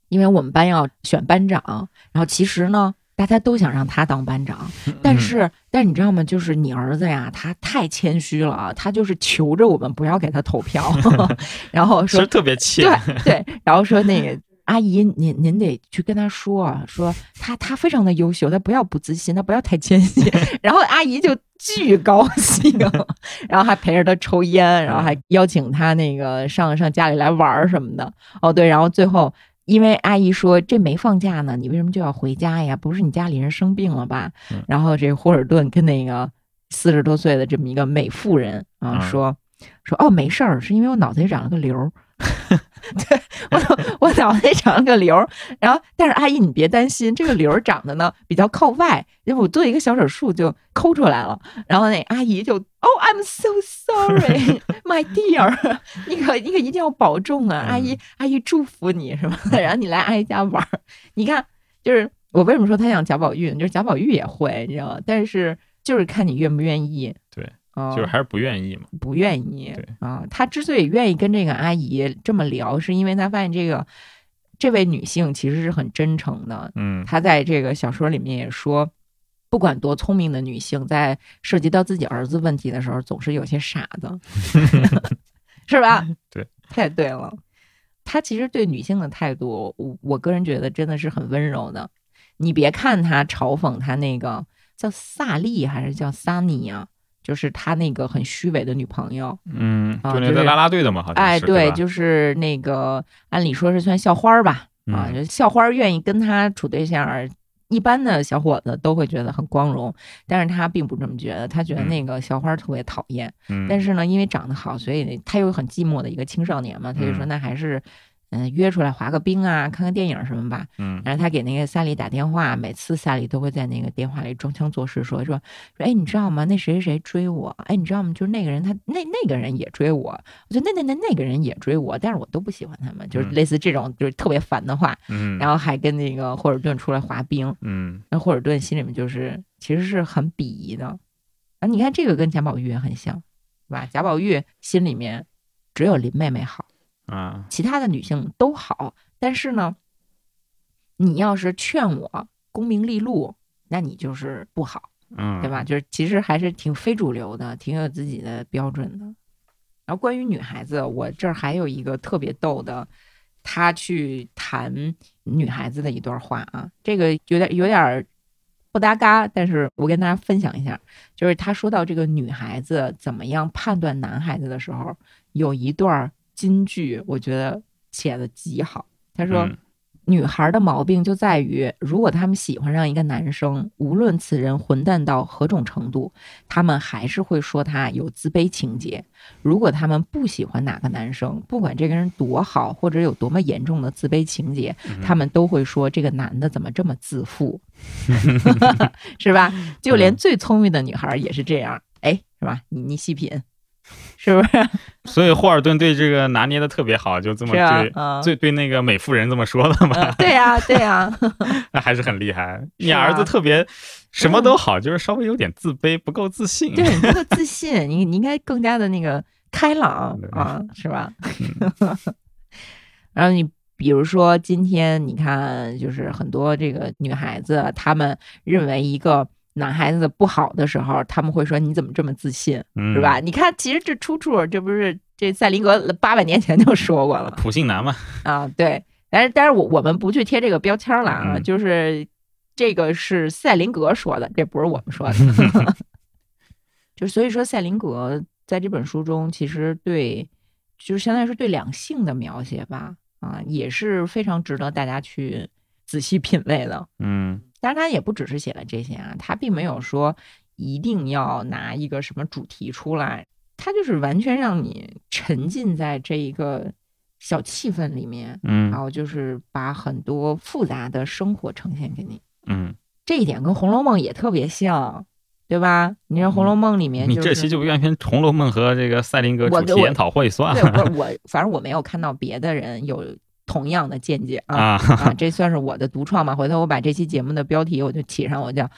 D: 因为我们班要选班长，然后其实呢。大家都想让他当班长，但是，但是你知道吗？就是你儿子呀，他太谦虚了啊，他就是求着我们不要给他投票，然后
C: 其
D: 说
C: 实嗯特别气，
D: 对对，然后说那个阿姨，您您得去跟他说啊，说他他非常的优秀，他不要不自信，他不要太谦 虚。然后阿姨就巨高兴，然后还陪着他抽烟，然后
C: 嗯
D: 还邀请他那个上上家里来玩儿什么的。哦，对，然后最后。因为阿姨说这没放假呢，你为什么就要回家呀？不是你家里人生病了吧？
C: 嗯
D: 然后这霍尔顿跟那个四十多岁的这么一个美妇人啊、
C: 嗯
D: 说说哦没事儿，是因为我脑袋里长了个瘤儿， 我我脑袋长了个瘤儿，然后但是阿姨你别担心，这个瘤儿长得呢比较靠外，因为我做一个小手术就抠出来了。然后那阿姨就哦、i m so sorry, my dear，你 可你可一定要保重啊，阿
C: 嗯
D: 姨阿姨祝福你什么 的，然后你来阿姨家玩儿。你看，就是我为什么说他像贾宝玉呢，就是贾宝玉也会，你知道吗？但是就是看你愿不愿意。
C: 对
D: 嗯，
C: 就是还是不愿意嘛。
D: 不愿意
C: 对
D: 啊。他之所以愿意跟这个阿姨这么聊，是因为他发现这个这位女性其实是很真诚的。
C: 嗯
D: 他在这个小说里面也说，不管多聪明的女性，在涉及到自己儿子问题的时候，总是有些傻的， 是吧？
C: 对，
D: 太对了。他其实对女性的态度，我我个人觉得真的是很温柔的。你别看他嘲讽他那个叫萨利还是叫萨尼啊？就是他那个很虚伪的女朋友，
C: 嗯，
D: 啊
C: 就那
D: 就
C: 个
D: 是
C: 拉拉队的嘛，好像
D: 哎，
C: 啊是对
D: 对，
C: 吧，
D: 就是那个，按理说是算校花儿吧，啊，
C: 嗯
D: 就校花儿愿意跟他处对象儿，一般的小伙子都会觉得很光荣，但是他并不这么觉得，他觉得
C: 嗯
D: 那个校花儿特别讨厌，
C: 嗯，
D: 但是呢，因为长得好，所以他又很寂寞的一个青少年嘛，他就说
C: 嗯
D: 那还是。嗯，约出来滑个冰啊，看看电影什么吧。
C: 嗯
D: 然后他给那个萨利打电话，每次萨利都会在那个电话里装腔作势说说说，哎，你知道吗？那谁谁谁追我，哎，你知道吗？就是那个人他，那那个人也追我，我觉得那那那那个人也追我，但是我都不喜欢他们，就是
C: 嗯
D: 类似这种就是特别烦的话。
C: 嗯，
D: 然后还跟那个霍尔顿出来滑冰，
C: 嗯
D: 那霍尔顿心里面就是其实是很鄙夷的。啊，你看这个跟贾宝玉也很像，是吧？贾宝玉心里面只有林妹妹好。
C: 啊，
D: 其他的女性都好，但是呢，你要是劝我功名利禄，那你就是不好，
C: 嗯，
D: 对吧？？就是其实还是挺非主流的，挺有自己的标准的。然后关于女孩子，我这儿还有一个特别逗的，他去谈女孩子的一段话啊，这个有点有点儿不搭嘎，但是我跟大家分享一下，就是他说到这个女孩子怎么样判断男孩子的时候，有一段金句，我觉得写的极好。他说，
C: 嗯
D: 女孩的毛病就在于，如果她们喜欢上一个男生，无论此人混蛋到何种程度，她们还是会说他有自卑情节。如果她们不喜欢哪个男生，不管这个人多好或者有多么严重的自卑情节，他们都会说这个男的怎么这么自负，是吧？就连最聪明的女孩也是这样，哎，是吧？你你细品，是不是？
C: 所以霍尔顿对这个拿捏的特别好，就这么
D: 是啊
C: 对，
D: 嗯
C: 对对那个美妇人这么说的嘛，
D: 嗯对呀、对呀、
C: 那还是很厉害。你
D: 是啊嗯
C: 儿子特别什么都好，就是稍微有点自卑，不够自信。
D: 对你这个自信，你你应该更加的那个开朗
C: 对嗯
D: 啊，是吧？ 然后你比如说今天你看，就是很多这个女孩子，她们认为一个男孩子不好的时候，他们会说你怎么这么自信，
C: 嗯
D: 是吧？？你看，其实这出处这不是这赛林格八百年前就说过了
C: 普信男嘛，
D: 啊，对。但是，但是我我们不去贴这个标签了啊，
C: 嗯
D: 就是这个是赛林格说的，这不是我们说的。就所以说，赛林格在这本书中其实对，就是相当于是对两性的描写吧，啊，也是非常值得大家去仔细品味的。
C: 嗯
D: 当然，他也不只是写了这些啊，他并没有说一定要拿一个什么主题出来，他就是完全让你沉浸在这一个小气氛里面，然
C: 嗯
D: 后就是把很多复杂的生活呈现给你。
C: 嗯，
D: 这一点跟《红楼梦》也特别像，对吧？你说《红楼梦》里面、
C: 你
D: 就是
C: 这期就愿偏《红楼梦》和这个赛林格
D: 我
C: 主题
D: 我
C: 研讨会算
D: 对
C: 了
D: 我我反正我没有看到别的人有同样的见解啊。
C: 啊。
D: 啊，这算是我的独创吧。回头我把这期节目的标题我就起上，我叫《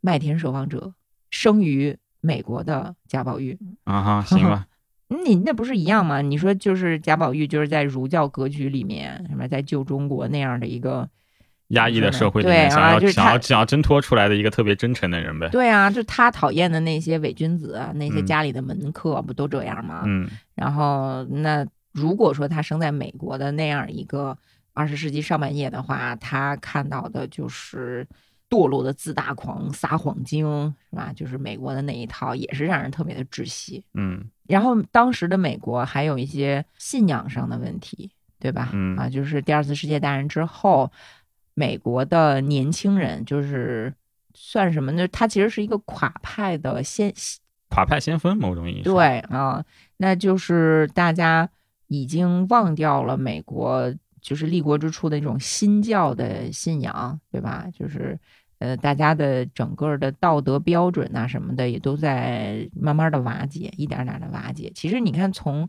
D: 麦田守望者》，生于美国的贾宝玉。
C: 啊哈，行 吧，
D: 嗯你那不是一样吗？你说就是贾宝玉就是在儒教格局里面，什么在旧中国那样的一个，
C: 压抑的社会里
D: 对
C: 面，
D: 啊
C: 想要
D: 就是
C: 想
D: 他
C: 要想要挣脱出来的一个特别真诚的人呗。
D: 对啊，就他讨厌的那些伪君子啊，那些
C: 嗯
D: 家里的门客不都这样吗？
C: 嗯
D: 然后那如果说他生在美国的那样一个二十世纪上半叶的话，他看到的就是堕落的自大狂、撒谎精，是吧？就是美国的那一套，也是让人特别的窒息。
C: 嗯
D: 然后当时的美国还有一些信仰上的问题，对吧？
C: 嗯
D: 啊，就是第二次世界大战之后，美国的年轻人就是算什么呢？他其实是一个垮派的先
C: 垮派先锋某种意义上，
D: 对啊、那就是大家已经忘掉了美国就是立国之初的那种新教的信仰，对吧？就是呃，大家的整个的道德标准呐、什么的，也都在慢慢的瓦解，一点点的瓦解。其实你看，从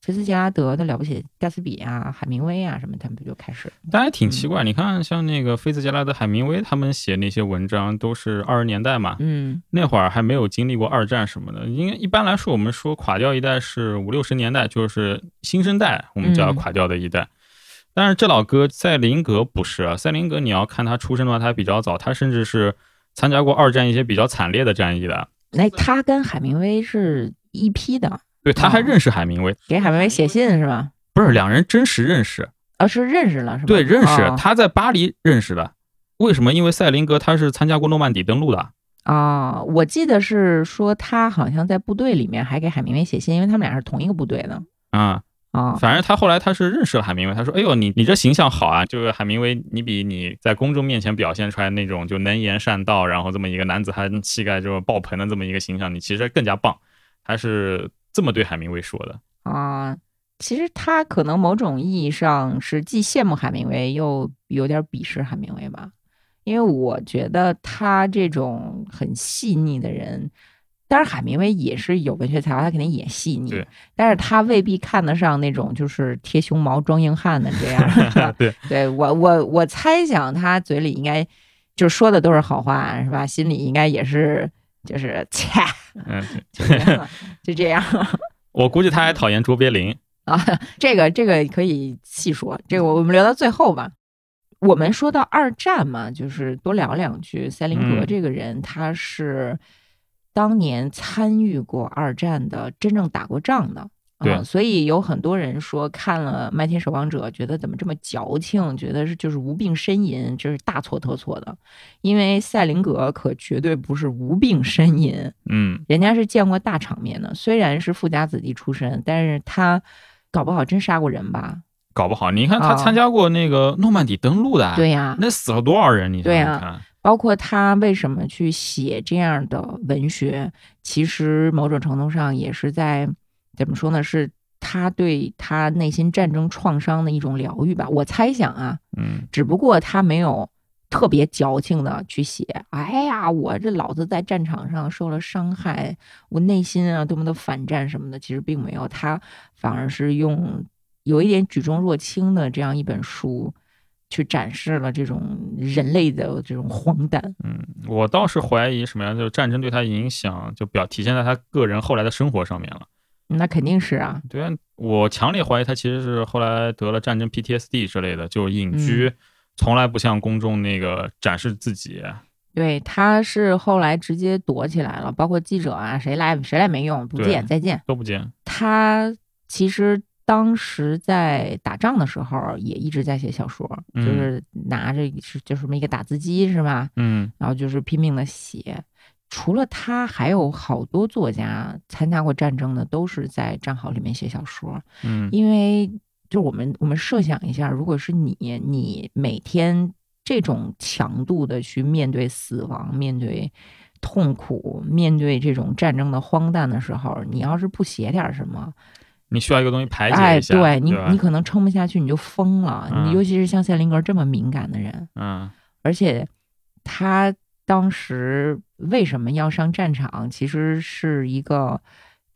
D: 菲茨杰拉德的《了不起的盖茨比》啊、海明威啊什么，他们不就开始了吗？
C: 但还挺奇怪。你看，像那个菲茨杰拉德、海明威他们写那些文章，都是二十年代嘛，
D: 嗯
C: 那会儿还没有经历过二战什么的。因为一般来说，我们说垮掉一代是五六十年代，就是新生代，我们叫
D: 嗯
C: 垮掉的一代。但是这老哥赛林格不是啊，赛林格你要看他出生的话，他比较早，他甚至是参加过二战一些比较惨烈的战役的。
D: 那他跟海明威是一批的，
C: 对，他还
D: 哦
C: 认识海明威，
D: 给海明威写信是吧？
C: 不是两人真实认识，
D: 啊，是认识了是吧？
C: 对，认识
D: 哦
C: 他在巴黎认识的。为什么？因为赛林格他是参加过诺曼底登陆的，
D: 啊、我记得是说他好像在部队里面还给海明威写信，因为他们俩是同一个部队的
C: 啊、
D: 啊、
C: 反正他后来他是认识了海明威，他说：“哎呦，你你这形象好啊，就是海明威，你比你在公众面前表现出来那种就能言善道，然后这么一个男子汉气概就是爆棚的这么一个形象，你其实更加棒。”他是这么对海明威说的。
D: 啊。其实他可能某种意义上是既羡慕海明威，又有点鄙视海明威吧，因为我觉得他这种很细腻的人，当然海明威也是有文学才华，他肯定也细腻
C: 对，
D: 但是他未必看得上那种就是贴胸毛装硬汉的这样的
C: 对，
D: 啊对我我我猜想他嘴里应该就说的都是好话，是吧？心里应该也是就是 切，
C: 嗯，
D: 就
C: 对
D: 这样就这样。
C: 我估计他还讨厌卓别林。
D: 这个这个可以细说，这个我们留到最后吧。我们说到二战嘛，就是多聊两句。塞林格
C: 嗯
D: 这个人，他是当年参与过二战的，真正打过仗的。
C: 对
D: 啊，所以有很多人说看了《麦田守望者》，觉得怎么这么矫情，觉得是就是无病呻吟，这是大错特错的。因为塞林格可绝对不是无病呻吟，
C: 嗯，
D: 人家是见过大场面的，虽然是富家子弟出身，但是他搞不好真杀过人吧？
C: 搞不好你看他
D: 啊
C: 参加过那个诺曼底登陆的，啊
D: 对呀、
C: 那死了多少人？你想想
D: 对啊
C: 看，
D: 包括他为什么去写这样的文学，其实某种程度上也是在怎么说呢？是他对他内心战争创伤的一种疗愈吧？我猜想啊，
C: 嗯，
D: 只不过他没有特别矫情的去写，哎呀，我这老子在战场上受了伤害，我内心啊多么的反战什么的，其实并没有，他反而是用有一点举重若轻的这样一本书。去展示了这种人类的这种荒诞，
C: 我倒是怀疑什么呀？就是战争对他影响，就表体现在他个人后来的生活上面了。
D: 那肯定是啊，
C: 对啊，我强烈怀疑他其实是后来得了战争 PTSD 之类的，就
D: 嗯
C: 隐居，从来不向公众那个展示自己。
D: 对，他是后来直接躲起来了，包括记者啊，谁来谁来没用，不
C: 对
D: 见再见。
C: 都不见，
D: 他其实当时在打仗的时候也一直在写小说，
C: 嗯
D: 就是拿着是就是这么一个打字机是吧？
C: 嗯，
D: 然后就是拼命的写。除了他，还有好多作家参加过战争的，都是在战壕里面写小说。
C: 嗯，
D: 因为就我们我们设想一下，如果是你，你每天这种强度的去面对死亡，面对痛苦，面对这种战争的荒诞的时候，你要是不写点什么，
C: 你需要一个东西排解
D: 哎，
C: 一下，
D: 对你
C: 吧
D: 你可能撑不下去，你就疯了。
C: 嗯
D: 你尤其是像塞林格这么敏感的人，
C: 嗯
D: 而且他当时为什么要上战场，其实是一个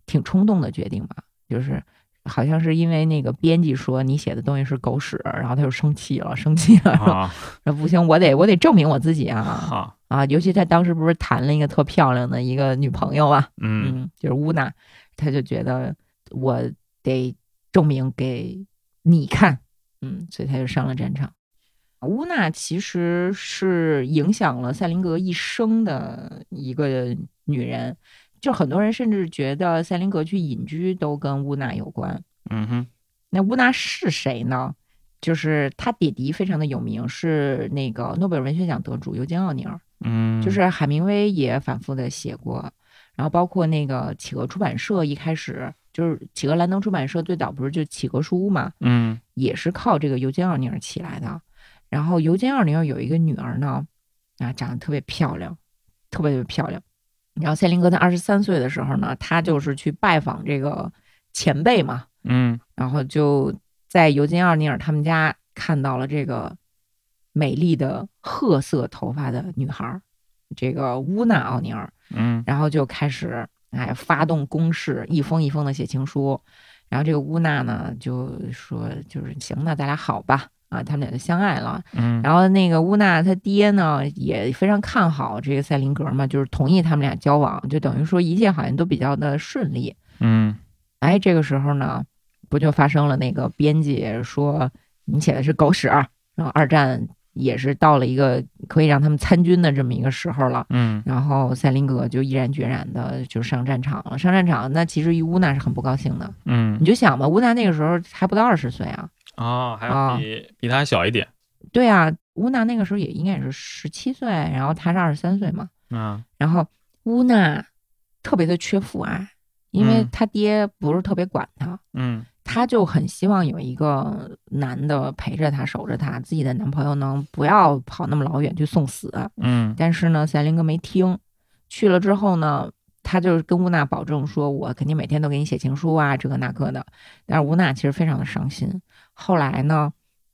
D: 挺冲动的决定吧，就是。好像是因为那个编辑说你写的东西是狗屎，然后他就生气了，生气了，说
C: 啊
D: 那不行，我得我得证明我自己啊
C: 好，
D: 啊！尤其他当时不是谈了一个特漂亮的一个女朋友啊，
C: 嗯
D: 嗯，就是乌娜，他就觉得我得证明给你看，嗯，所以他就上了战场。乌娜其实是影响了塞林格一生的一个女人，就很多人甚至觉得塞林格去隐居都跟乌娜有关。
C: 嗯哼，
D: 那乌娜是谁呢？就是他爹爹非常的有名，是那个诺贝尔文学奖得主尤金奥尼尔。
C: 嗯，
D: 就是海明威也反复的写过，然后包括那个企鹅出版社一开始就是企鹅兰登出版社最早不是就企鹅书屋嘛，
C: 嗯
D: 也是靠这个尤金奥尼尔起来的。然后尤金奥尼尔有一个女儿呢，啊，长得特别漂亮，特别特别漂亮。然后塞林格在二十三岁的时候呢，他就是去拜访这个前辈嘛，
C: 嗯
D: 然后就在尤金奥尼尔他们家看到了这个美丽的褐色头发的女孩儿，这个乌娜奥尼尔，
C: 嗯
D: 然后就开始哎发动攻势，一封一封的写情书。然后这个乌娜呢就说就是行，那咱俩好吧。啊，他们俩就相爱了。
C: 嗯
D: 然后那个乌娜她爹呢也非常看好这个塞林格嘛，就是同意他们俩交往，就等于说一切好像都比较的顺利。
C: 嗯
D: 哎，这个时候呢，不就发生了那个编辑说你写的是狗屎，啊然后二战也是到了一个可以让他们参军的这么一个时候了。
C: 嗯
D: 然后塞林格就毅然决然的就上战场了。上战场，那其实于乌娜是很不高兴的。
C: 嗯
D: 你就想吧，乌娜那个时候还不到二十岁啊。
C: 哦，还
D: 啊
C: 要比比他还小一点，
D: 对啊，乌娜那个时候也应该也是十七岁，然后他是二十三岁嘛。
C: 嗯
D: 然后乌娜特别的缺父爱，因为
C: 嗯
D: 她爹不是特别管她，
C: 嗯
D: 她就很希望有一个男的陪着她、守着她，自己的男朋友呢不要跑那么老远去送死。
C: 嗯
D: 但是呢，赛林哥没听，去了之后呢，他就是跟乌娜保证说，我肯定每天都给你写情书啊，这个那个的。但是乌娜其实非常的伤心。后来呢，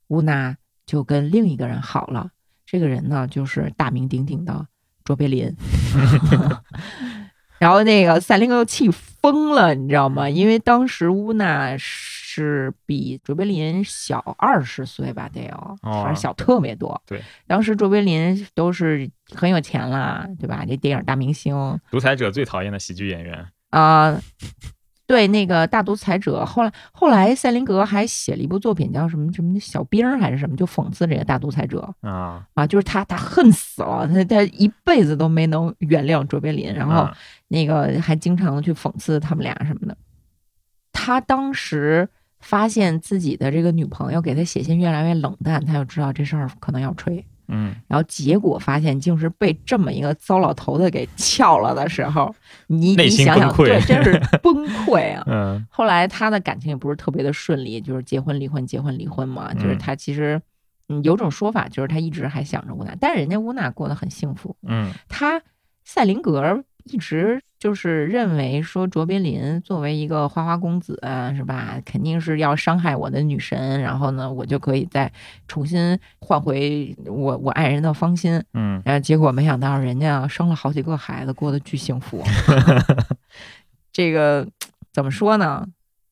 D: 乌娜就跟另一个人好了，这个人呢就是大名鼎鼎的卓别林。 然后那个赛林哥都气疯了，你知道吗？因为当时乌娜是比卓别林小二十岁吧，得有，
C: 哦
D: 反正小特别多。
C: 对，
D: 当时卓别林都是很有钱啦，对吧？这电影大明星啊、
C: 独裁者最讨厌的喜剧演员。
D: 呃对那个大独裁者。后来后来，赛林格还写了一部作品叫什么什么小兵儿还是什么，就讽刺这个大独裁者。
C: 啊，
D: 啊，就是他，他恨死了，他他一辈子都没能原谅卓别林，然后
C: 嗯
D: 那个还经常的去讽刺他们俩什么的。他当时发现自己的这个女朋友给他写信越来越冷淡，他就知道这事儿可能要吹。
C: 嗯
D: 然后结果发现，竟是被这么一个糟老头子给撬了的时候，你
C: 内
D: 你
C: 心
D: 想想，
C: 崩溃
D: 对，真 是崩溃啊！
C: 嗯
D: 后来他的感情也不是特别的顺利，就是结婚离婚结婚离婚嘛，就是
C: 嗯
D: 他其实。嗯，有种说法就是他一直还想着乌娜，但是人家乌娜过得很幸福。
C: 嗯
D: 他赛林格一直就是认为说卓别林作为一个花花公子啊是吧，肯定是要伤害我的女神，然后呢，我就可以再重新换回我我爱人的芳心。
C: 嗯
D: 然后结果没想到人家生了好几个孩子，过得巨幸福。 这个怎么说呢？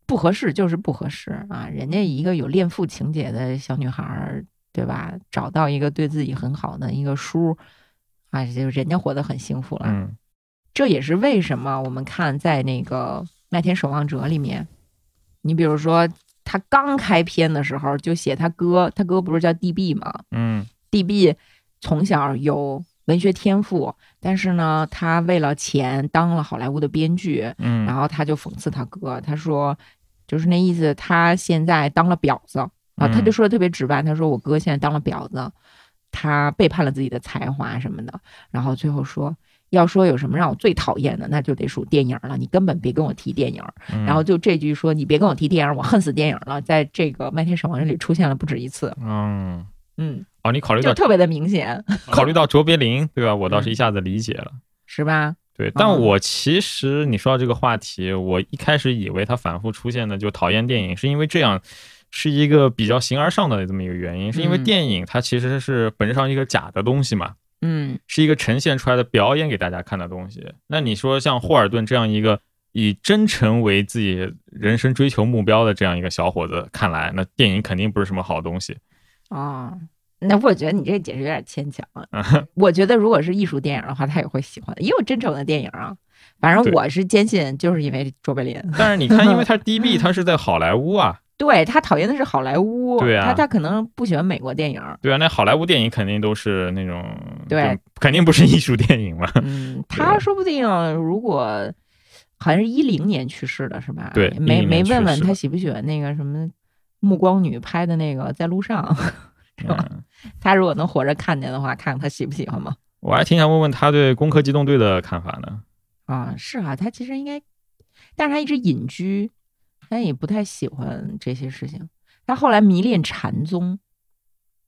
D: 不合适就是不合适啊！人家一个有恋父情节的小女孩儿，对吧？找到一个对自己很好的一个叔，啊，就人家活得很幸福了。
C: 嗯
D: 这也是为什么我们看在那个《麦田守望者》里面，你比如说他刚开篇的时候就写他哥，他哥不是叫 DB 吗？
C: 嗯
D: DB 从小有文学天赋，但是呢，他为了钱当了好莱坞的编剧，
C: 嗯，
D: 然后他就讽刺他哥，他说，就是那意思，他现在当了婊子啊，
C: 嗯
D: 他就说的特别直白，他说我哥现在当了婊子，他背叛了自己的才华什么的，然后最后说。要说有什么让我最讨厌的，那就得数电影了。你根本别跟我提电影，
C: 嗯
D: 然后就这句说你别跟我提电影，我恨死电影了。在这个《麦田守望者》里出现了不止一次，
C: 嗯。
D: 嗯，
C: 哦，你考虑
D: 就
C: 到
D: 特别的明显，
C: 考虑到卓别林，对吧？我倒是一下子理解了。
D: 是吧？
C: 对，但
D: 嗯
C: 我其实你说到这个话题，我一开始以为它反复出现的就讨厌电影，是因为这样是一个比较形而上的这么一个原因，是因为
D: 嗯
C: 电影它其实是本质上一个假的东西嘛，
D: 嗯
C: 是一个呈现出来的表演给大家看的东西。那你说像霍尔顿这样一个以真诚为自己人生追求目标的这样一个小伙子，看来那电影肯定不是什么好东西。
D: 哦，那我觉得你这解释有点牵强。啊
C: 啊
D: 我觉得如果是艺术电影的话，他也会喜欢，也有真诚的电影啊。反正
C: 对
D: 我是坚信，就是因为卓别林，
C: 但是你看，因为他是 DB，他是在好莱坞啊，
D: 对他讨厌的是好莱坞，
C: 对啊
D: 他他可能不喜欢美国电影，
C: 对啊，那好莱坞电影肯定都是那种，
D: 对
C: 就肯定不是艺术电影 嘛。
D: 嗯，
C: 对啊
D: 他说不定如果好像是一零年去世的是吧？
C: 对
D: 没
C: 10
D: 没
C: 年去
D: 问问
C: 世
D: 他
C: 的
D: 喜不喜欢那个什么《暮光女》拍的那个在路上，是吧？
C: 嗯
D: 他如果能活着看见的话，看看他喜不喜欢嘛。
C: 我还挺想问问他对《攻壳机动队》的看法呢。
D: 啊，是啊，他其实应该，但是他一直隐居，他也不太喜欢这些事情。他后来迷恋禅宗，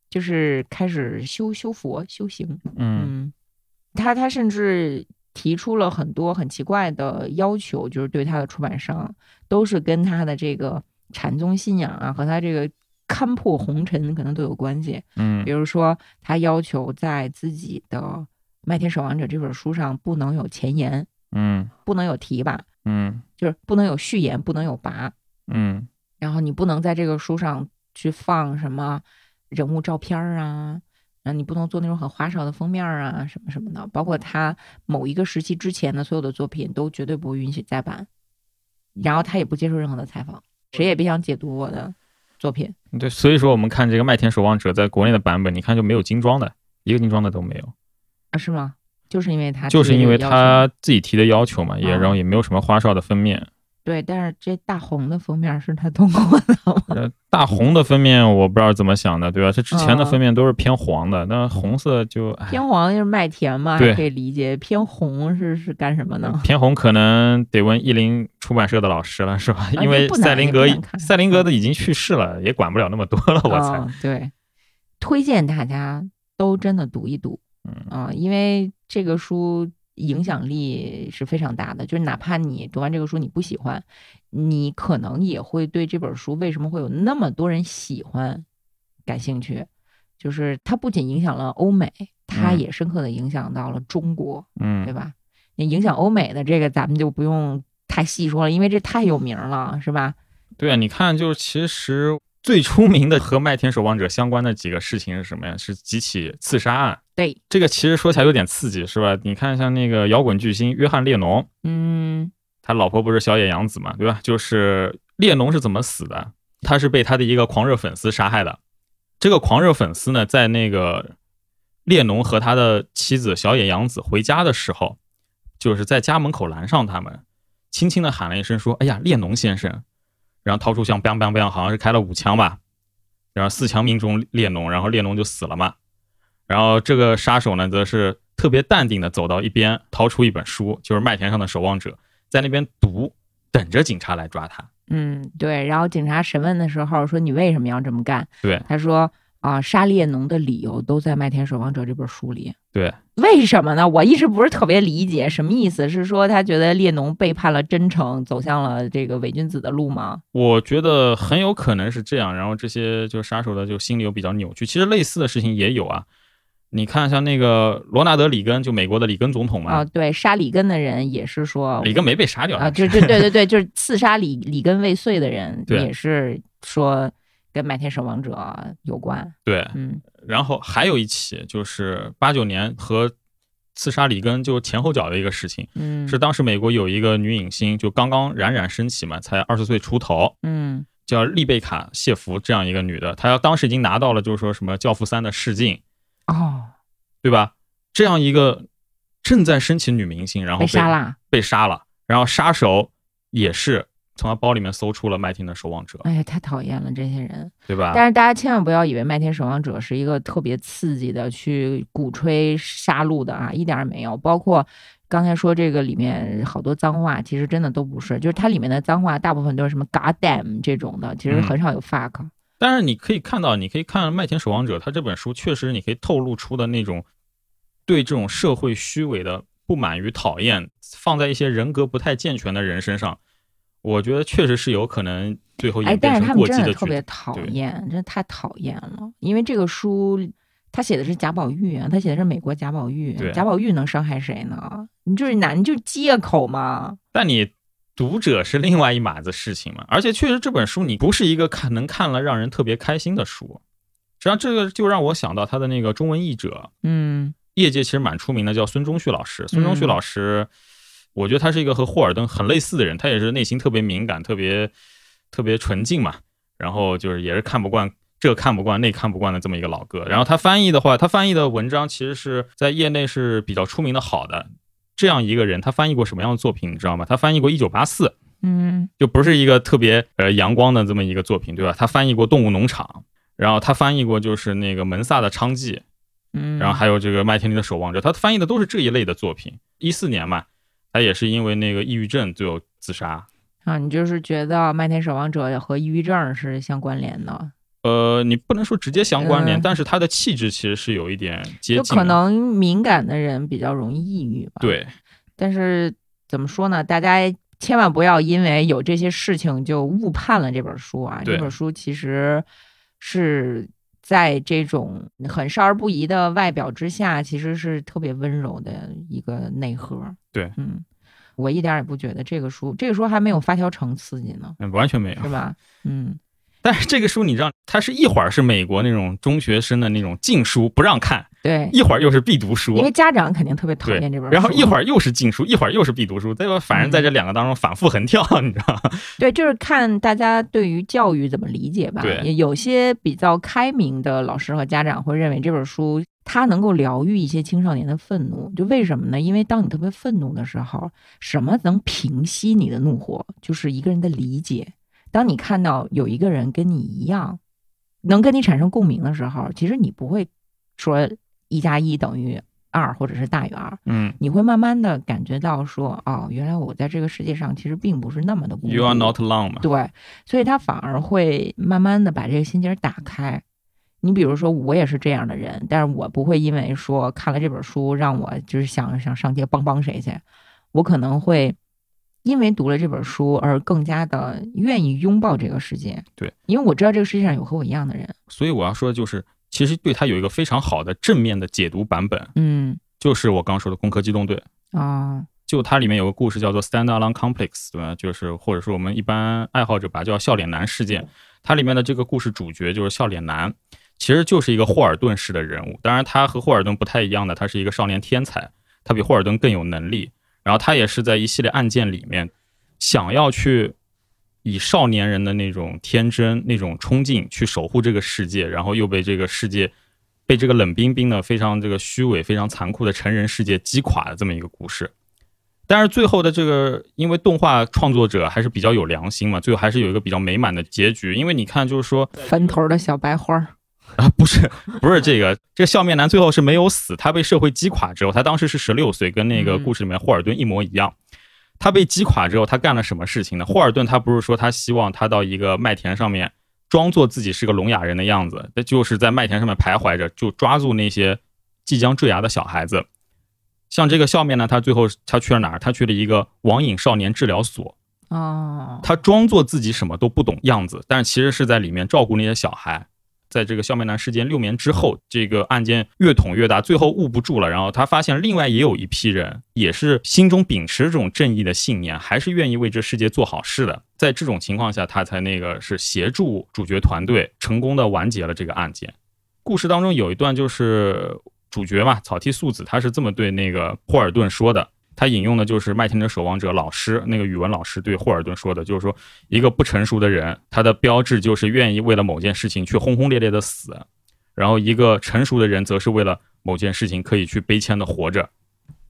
D: 就是开始修修佛修行。
C: 嗯
D: 嗯，他他甚至提出了很多很奇怪的要求，就是对他的出版商都是跟他的这个禅宗信仰啊和他这个看破红尘可能都有关系。
C: 嗯
D: 比如说，他要求在自己的《麦田守望者》这本书上不能有前言，
C: 嗯
D: 不能有提拔，
C: 嗯
D: 就是不能有序言，不能有拔，
C: 嗯
D: 然后你不能在这个书上去放什么人物照片儿啊，然后你不能做那种很花哨的封面儿啊，什么什么的。包
C: 嗯
D: 括他某一个时期之前的所有的作品都绝对不允许再版，
C: 嗯
D: 然后他也不接受任何的采访，谁也别想解读我的作品。
C: 嗯，对，所以说我们看这个《麦田守望者》在国内的版本，你看就没有精装的，一个精装的都没有，
D: 啊，是吗？就是因为他
C: 就是因为
D: 啊提的这个要求
C: 他自己提的要求嘛，也
D: 哦
C: 然后也没有什么花哨的封面。
D: 对，但是这大红的封面是他通过的吗？
C: 呃，大红的封面我不知道怎么想的，对吧？这之前
D: 嗯
C: 的封面都是偏黄的，那红色就哎
D: 偏黄就是麦田嘛，
C: 对
D: 还可以理解。偏红是是干什么呢？
C: 偏红可能得问译林出版社的老师了，是吧？因为
D: 啊也不难
C: 赛林格
D: 也不难看嗯
C: 赛林格的已经去世了，也管不了那么多了， 我猜。
D: 啊对，推荐大家都真的读一读，
C: 嗯
D: 啊、因为这个书影响力是非常大的，就是哪怕你读完这个书你不喜欢，你可能也会对这本书为什么会有那么多人喜欢感兴趣。就是它不仅影响了欧美，它
C: 嗯
D: 也深刻的影响到了中国。对
C: 嗯，
D: 吧？那影响欧美的这个咱们就不用太细说了，因为这太有名了，是吧？
C: 对啊，你看，就是其实最出名的和麦田守望者相关的几个事情是什么呀？是几起刺杀案。
D: 对，
C: 这个其实说起来有点刺激，是吧？你看，像那个摇滚巨星约翰列侬，
D: 嗯，
C: 他老婆不是小野洋子嘛，对吧？就是列侬是怎么死的？他是被他的一个狂热粉丝杀害的。这个狂热粉丝呢，在那个列侬和他的妻子小野洋子回家的时候，就是在家门口拦上他们，轻轻的喊了一声说：“哎呀，列侬先生！”然后掏出枪，bang bang bang，好像是开了五枪吧，然后四枪命中列侬，然后列侬就死了嘛。然后这个杀手呢，则是特别淡定的走到一边，掏出一本书，就是《麦田上的守望者》，在那边读，等着警察来抓他。
D: 嗯，对。然后警察审问的时候说：“你为什么要这么干？”
C: 对
D: 他说：“啊、杀列侬的理由都在《麦田守望者》这本书里。
C: 对，”
D: 为什么呢？我一直不是特别理解，什么意思？是说他觉得列侬背叛了真诚，走向了这个伪君子的路吗？
C: 我觉得很有可能是这样。然后这些就杀手的就心里又比较扭曲。其实类似的事情也有啊。你看，像那个罗纳德·里根，就美国的里根总统
D: 啊、
C: 嘛，
D: 对，杀里根的人也是说
C: 里根没被杀掉
D: 啊，就就对对对，就是刺杀里里根未遂的人，
C: 对
D: 也是说跟麦田守望者有关。
C: 对。
D: 嗯，
C: 然后还有一起就是八九年和刺杀里根就前后脚的一个事情，
D: 嗯
C: 是当时美国有一个女影星，就刚刚冉冉升起嘛，才二十岁出头，
D: 嗯
C: 叫丽贝卡·谢弗这样一个女的，她当时已经拿到了就是说什么《教父三》的试镜，
D: 哦，
C: 对吧？这样一个正在升起女明星，然后
D: 被杀，啦！
C: 被杀了，然后杀手也是从她包里面搜出了麦汀的守望者，
D: 哎呀，太讨厌了这些人。
C: 对吧？
D: 但是大家千万不要以为麦田守望者是一个特别刺激的去鼓吹杀戮的啊，一点儿也没有。包括刚才说这个里面好多脏话，其实真的都不是，就是它里面的脏话大部分都是什么 “god damn” 这种的，其实
C: 嗯
D: 很少有 “fuck”。
C: 但是你可以看到，你可以看《麦田守望者》，他这本书确实你可以透露出的那种对这种社会虚伪的不满与讨厌，放在一些人格不太健全的人身上，我觉得确实是有可能最后
D: 哎，
C: 演
D: 但
C: 变
D: 是
C: 成
D: 他们
C: 过激
D: 真的
C: 的
D: 特
C: 剧
D: 别
C: 情。
D: 讨
C: 对
D: 厌，真的太讨厌了。因为这个书他写的是贾宝玉啊，他写的是美国贾宝玉
C: 对，
D: 贾宝玉能伤害谁呢？你就是男，你就是借口嘛。
C: 但你读者是另外一码子事情嘛，而且确实这本书你不是一个看能看了让人特别开心的书，实际上这个就让我想到他的那个中文译者，
D: 嗯
C: 业界其实蛮出名的，叫孙中旭老师。孙中旭
D: 嗯
C: 老师，我觉得他是一个和霍尔登很类似的人，他也是内心特别敏感，特别特别纯净嘛。然后就是也是看不惯这看不惯那看不惯的这么一个老哥。然后他翻译的话，他翻译的文章其实是在业内是比较出名的好的。这样一个人，他翻译过什么样的作品，你知道吗？他翻译过《一九八四》，
D: 嗯
C: 就不是一个特别呃阳光的这么一个作品，对吧？他翻译过《动物农场》，然后他翻译过就是那个门萨的《娼妓》，
D: 嗯，
C: 然后还有这个《麦田里的守望者》，他翻译的都是这一类的作品。一四年嘛，他也是因为那个抑郁症最后自杀。
D: 啊，你就是觉得《麦田守望者》和抑郁症是相关联的，
C: 呃，你不能说直接相关联，
D: 嗯
C: 但是他的气质其实是有一点接
D: 就
C: 近的，
D: 可能敏感的人比较容易抑郁吧。，
C: 对
D: 但是怎么说呢？大家千万不要因为有这些事情就误判了这本书啊！
C: 对
D: 这本书其实是在这种很少儿不宜的外表之下，其实是特别温柔的一个内核。
C: 对，
D: 嗯，我一点儿也不觉得这个书，这个书还没有发条城刺激呢，
C: 嗯完全没有
D: 是。吧？嗯，
C: 但是这个书你让他是一会儿是美国那种中学生的那种禁书不让看，
D: 对，
C: 一会儿又是必读书
D: 因为，家长肯定特别讨
C: 对
D: 厌这本，书，
C: 然后一
D: 儿
C: 会儿又是禁书，一会儿又是必读书，对吧？反正在这两个当中反复横跳，你知道吗？
D: 对，就是看大家对于教育怎么理解吧。
C: 对
D: 也有些比较开明的老师和家长会认为这本书它能够疗愈一些青少年的愤怒。就为什么呢？因为当你特别愤怒的时候，什么能平息你的怒火？就是一个人的理解。当你看到有一个人跟你一样，能跟你产生共鸣的时候，其实你不会说一加一等于二，或者是大于二，
C: 嗯
D: 你会慢慢的感觉到说，哦，原来我在这个世界上其实并不是那么的孤独。
C: ，You are not alone 嘛，
D: 对，所以他反而会慢慢的把这个心结儿打开。你比如说，我也是这样的人，但是我不会因为说看了这本书让我就是想想上街帮帮谁去，我可能会因为读了这本书而更加的愿意拥抱这个世界。
C: 对，
D: 因为我知道这个世界上有和我一样的人。
C: 所以我要说的就是，其实对它有一个非常好的正面的解读版本，
D: 嗯
C: 就是我刚说的《攻壳机动队》。
D: 啊
C: 就它里面有个故事叫做 Standalone Complex，对吧？就是或者说我们一般爱好者把它叫笑脸男事件。它里面的这个故事主角就是笑脸男，其实就是一个霍尔顿式的人物。当然，他和霍尔顿不太一样的，他是一个少年天才，他比霍尔顿更有能力。然后他也是在一系列案件里面，想要去以少年人的那种天真、那种冲劲去守护这个世界，然后又被这个世界。被这个冷冰冰的、非常这个虚伪、非常残酷的成人世界击垮的这么一个故事，但是最后的这个，因为动画创作者还是比较有良心嘛，最后还是有一个比较美满的结局。因为你看，就是说
D: 坟头的小白花儿。
C: 啊，不是不是这个，这个笑面男最后是没有死，他被社会击垮之后，他当时是十六岁，跟那个故事里面霍尔顿一模一样。他被击垮之后，他干了什么事情呢？霍尔顿他不是说他希望他到一个麦田上面装作自己是个聋哑人的样子，那就是在麦田上面徘徊着，就抓住那些即将坠崖的小孩子。像这个笑面呢，他最后他去了哪儿？他去了一个网瘾少年治疗所，
D: 哦，
C: 他装作自己什么都不懂样子，但是其实是在里面照顾那些小孩。在呃这个笑面男事件六年之后，这个案件越捅越大，最后捂不住了。然后他发现，另外也有一批人，也是心中秉持这种正义的信念，还是愿意为这世界做好事的。在这种情况下，他才那个是协助主角团队成功的完结了这个案件。故事当中有一段就是主角嘛，草剃素子，他是这么对那个霍尔顿说的。他引用的就是《麦田的守望者》老师那个语文老师对霍尔顿说的，就是说一个不成熟的人，他的标志就是愿意为了某件事情去轰轰烈烈的死，然后一个成熟的人则是为了某件事情可以去悲谦的活着。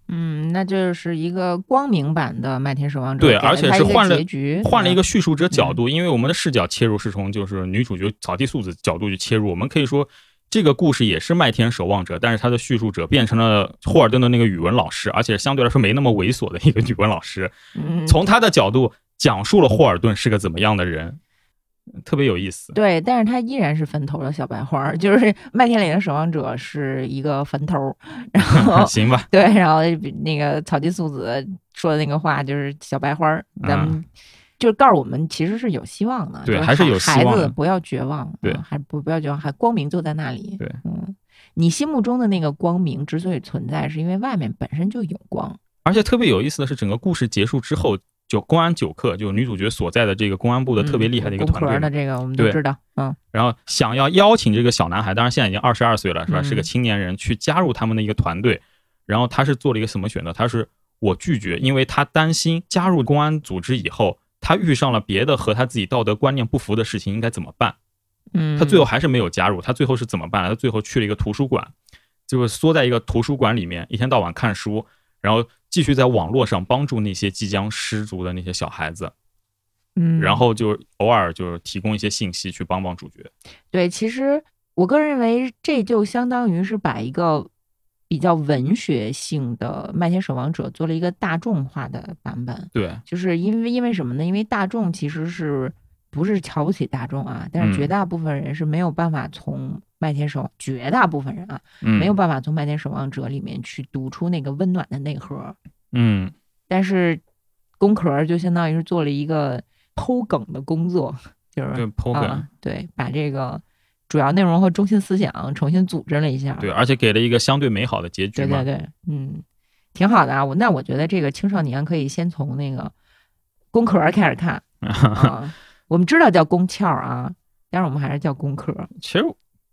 D: 嗯，那就是一个光明版的《麦田守望者》，
C: 对
D: 给
C: 而且
D: 他
C: 是
D: 一个
C: 换了
D: 结局，嗯
C: 换了一
D: 个
C: 个叙述者角度，因为我们的视角切入是从就是女主角草地素子角度去切入，我们可以说这个故事也是《麦田守望者》，但是他的叙述者变成了霍尔顿的那个语文老师，而且相对来说没那么猥琐的一个语文老师。
D: 嗯
C: 从他的角度讲述了霍尔顿是个怎么样的人，特别有意思。
D: 对，但是它依然是坟头的小白花儿， 就是《麦田里的守望者》是一个坟头儿，然后
C: 行吧，
D: 对，然后那个草地素子说的那个话就是小白花儿，咱们、就是告诉我们其实是有希望的，
C: 嗯对
D: 就是
C: 还是
D: 孩
C: 有希望
D: 孩
C: 的
D: 子不要绝望，
C: 对
D: 嗯还不不要绝望，还光明就在那里，
C: 对，
D: 嗯，你心目中的那个光明之所以存在，是因为外面本身就有光，
C: 而且特别有意思的是，整个故事结束之后，就公安九课，就女主角所在的这个公安部的特别厉害的一个
D: 工壳
C: 团
D: 儿嗯的这
C: 队嘛，
D: 个我们都
C: 对
D: 知道，嗯
C: 然后想要邀请这个小男孩，当然现在已经二十二岁了，是吧？
D: 嗯
C: 是个青年人，去加入他们的一个团队。然后他是做了一个什么选择？他是我拒绝，因为他担心加入公安组织以后，他遇上了别的和他自己道德观念不符的事情，应该怎么办？
D: 嗯，
C: 他最后还是没有加入，他最后是怎么办呢？他最后去了一个图书馆，就是缩在一个图书馆里面，一天到晚看书，然后继续在网络上帮助那些即将失足的那些小孩子，
D: 嗯，
C: 然后就偶尔就是提供一些信息去帮帮主角。
D: 对，其实我个人认为，这就相当于是把一个比较文学性的《麦田守望者》做了一个大众化的版本，
C: 对，
D: 就是因为因为什么呢？因为大众其实是不是瞧不起大众啊？但是绝
C: 嗯
D: 大部分人是没有办法从麦田守绝大部分人啊，
C: 嗯，
D: 没有，办法从《麦田守望者》里面去读出那个温暖的内核。
C: 嗯，
D: 但是工壳儿就相当于是做了一个剖梗的工作，就是
C: 对 p o
D: 啊，对，把这个主要内容和中心思想重新组织了一下。
C: 对，啊而且给了一个相对美好的结局
D: 对
C: 嘛。
D: 对对，嗯，挺好的啊。我那我觉得这个青少年可以先从那个工壳儿开始 看啊。我们知道叫工壳儿啊，但是我们还是叫工壳儿。
C: 其实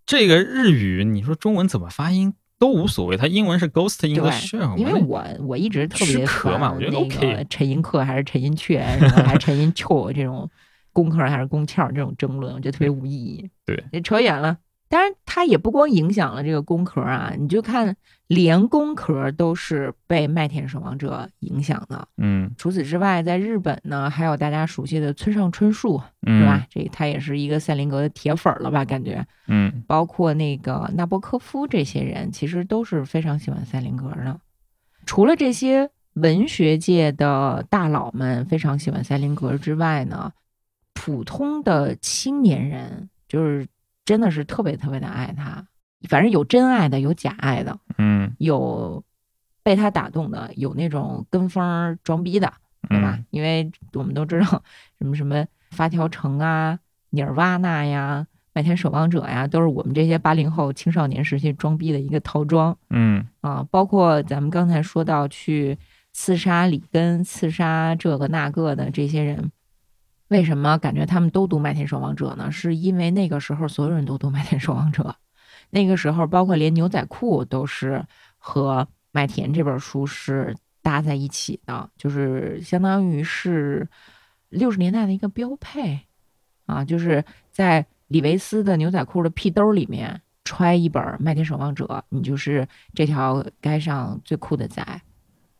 C: 这个日语，你说中文怎么发音都无所谓，它英文是 Ghost in the
D: 对
C: Shell，
D: 因为
C: 们
D: 我我一直特
C: 躯
D: 别
C: 壳嘛
D: 烦
C: 我觉得
D: 那
C: OK
D: 个陈寅恪还是陈寅恪啊什么还是陈 寅恪这种工科还是工壳这种争论，我觉得特别无意义。
C: 对，
D: 扯远了。当然，它也不光影响了这个工壳啊，你就看连工壳都是被《麦田守望者》影响的。
C: 嗯
D: 除此之外，在日本呢，还有大家熟悉的村上春树，
C: 嗯，
D: 是吧？？这他也是一个赛林格的铁粉儿了吧？感觉，
C: 嗯
D: 包括那个纳博科夫这些人，其实都是非常喜欢赛林格的。除了这些文学界的大佬们非常喜欢赛林格之外呢，普通的青年人就是真的是特别特别的爱他。反正有真爱的，有假爱的，
C: 嗯
D: 有被他打动的，有那种跟风儿装逼的，对吧？
C: 嗯
D: 因为我们都知道什么什么发条城啊、尼尔瓦纳呀、麦田守望者呀，都是我们这些八零后青少年时期装逼的一个套装
C: 嗯
D: 啊。包括咱们刚才说到去刺杀里根、刺杀这个那个的这些人。为什么感觉他们都读《麦田守望者》呢？是因为那个时候所有人都读《麦田守望者》，那个时候包括连牛仔裤都是和《麦田》这本书是搭在一起的，就是相当于是六十年代的一个标配啊，就是在李维斯的牛仔裤的屁兜里面揣一本《麦田守望者》，你就是这条街上最酷的仔。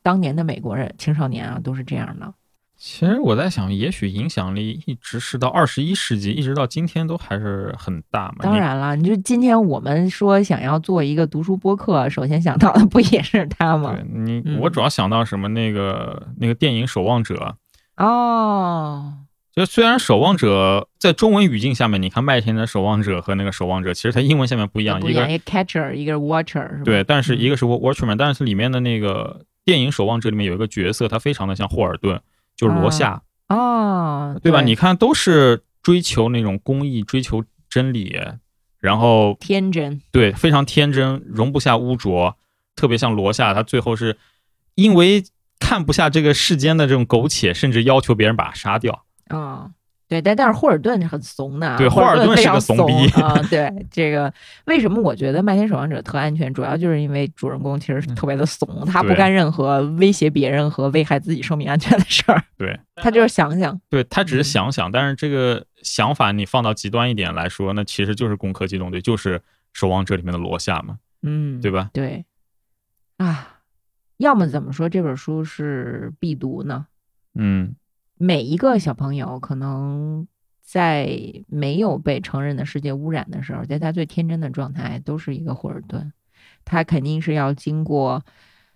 D: 当年的美国人青少年啊，都是这样的。
C: 其实我在想，也许影响力一直是到二十一世纪，一直到今天都还是很大嘛。
D: 当然了，你就今天我们说想要做一个读书播客，首先想到的 不也是他
C: 你，
D: 吗
C: 对？你、
D: 嗯
C: 我主要想到什么那个那个电影《守望者》，
D: 哦，
C: 就虽然《守望者》在中文语境下面，你看麦田的《守望者》和那个《守望者》，其实它英文下面不一样，
D: 不
C: 一个
D: 一个 catcher，一个 watcher，是吧？
C: 对，但是
D: 嗯
C: 一个是 Wa- Watchman，但是里面的那个电影《守望者》里面有一个角色，他非常的像霍尔顿，就是
D: 啊
C: 罗夏，
D: 哦，
C: 对吧？你看都是追求那种公益，追求真理，然后
D: 天真，
C: 对非常天真，容不下污浊，特别像罗夏，他最后是因为看不下这个世间的这种苟且，甚至要求别人把他杀掉。
D: 啊，对，但但是霍尔顿是很怂的啊，
C: 对
D: 霍
C: 霍尔顿
D: 非
C: 是个
D: 常
C: 怂
D: 怂
C: 逼
D: 啊。 对，这个为什么我觉得《麦田守望者》特安全，主要就是因为主人公其实是特别的怂，他不
C: 嗯对
D: 干任何威胁别人和危害自己生命安全的事儿，
C: 对，
D: 他就是想想，
C: 对他只是
D: 嗯
C: 想想，但是这个想法你放到极端一点来说，那其实就是《攻壳机动队》，就是《守望者》里面的罗夏嘛，
D: 嗯，
C: 对吧？
D: 对，啊，要么怎么说这本书是必读呢？
C: 嗯。
D: 每一个小朋友可能在没有被成人的世界污染的时候，在他最天真的状态，都是一个霍尔顿。他肯定是要经过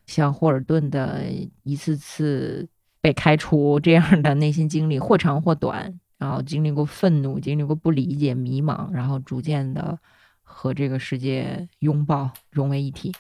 D: 像霍尔顿的一次次被开除这样的内心经历，或长或短，然后经历过愤怒，经历过不理解、迷茫，然后逐渐的和这个世界拥抱，融为一体。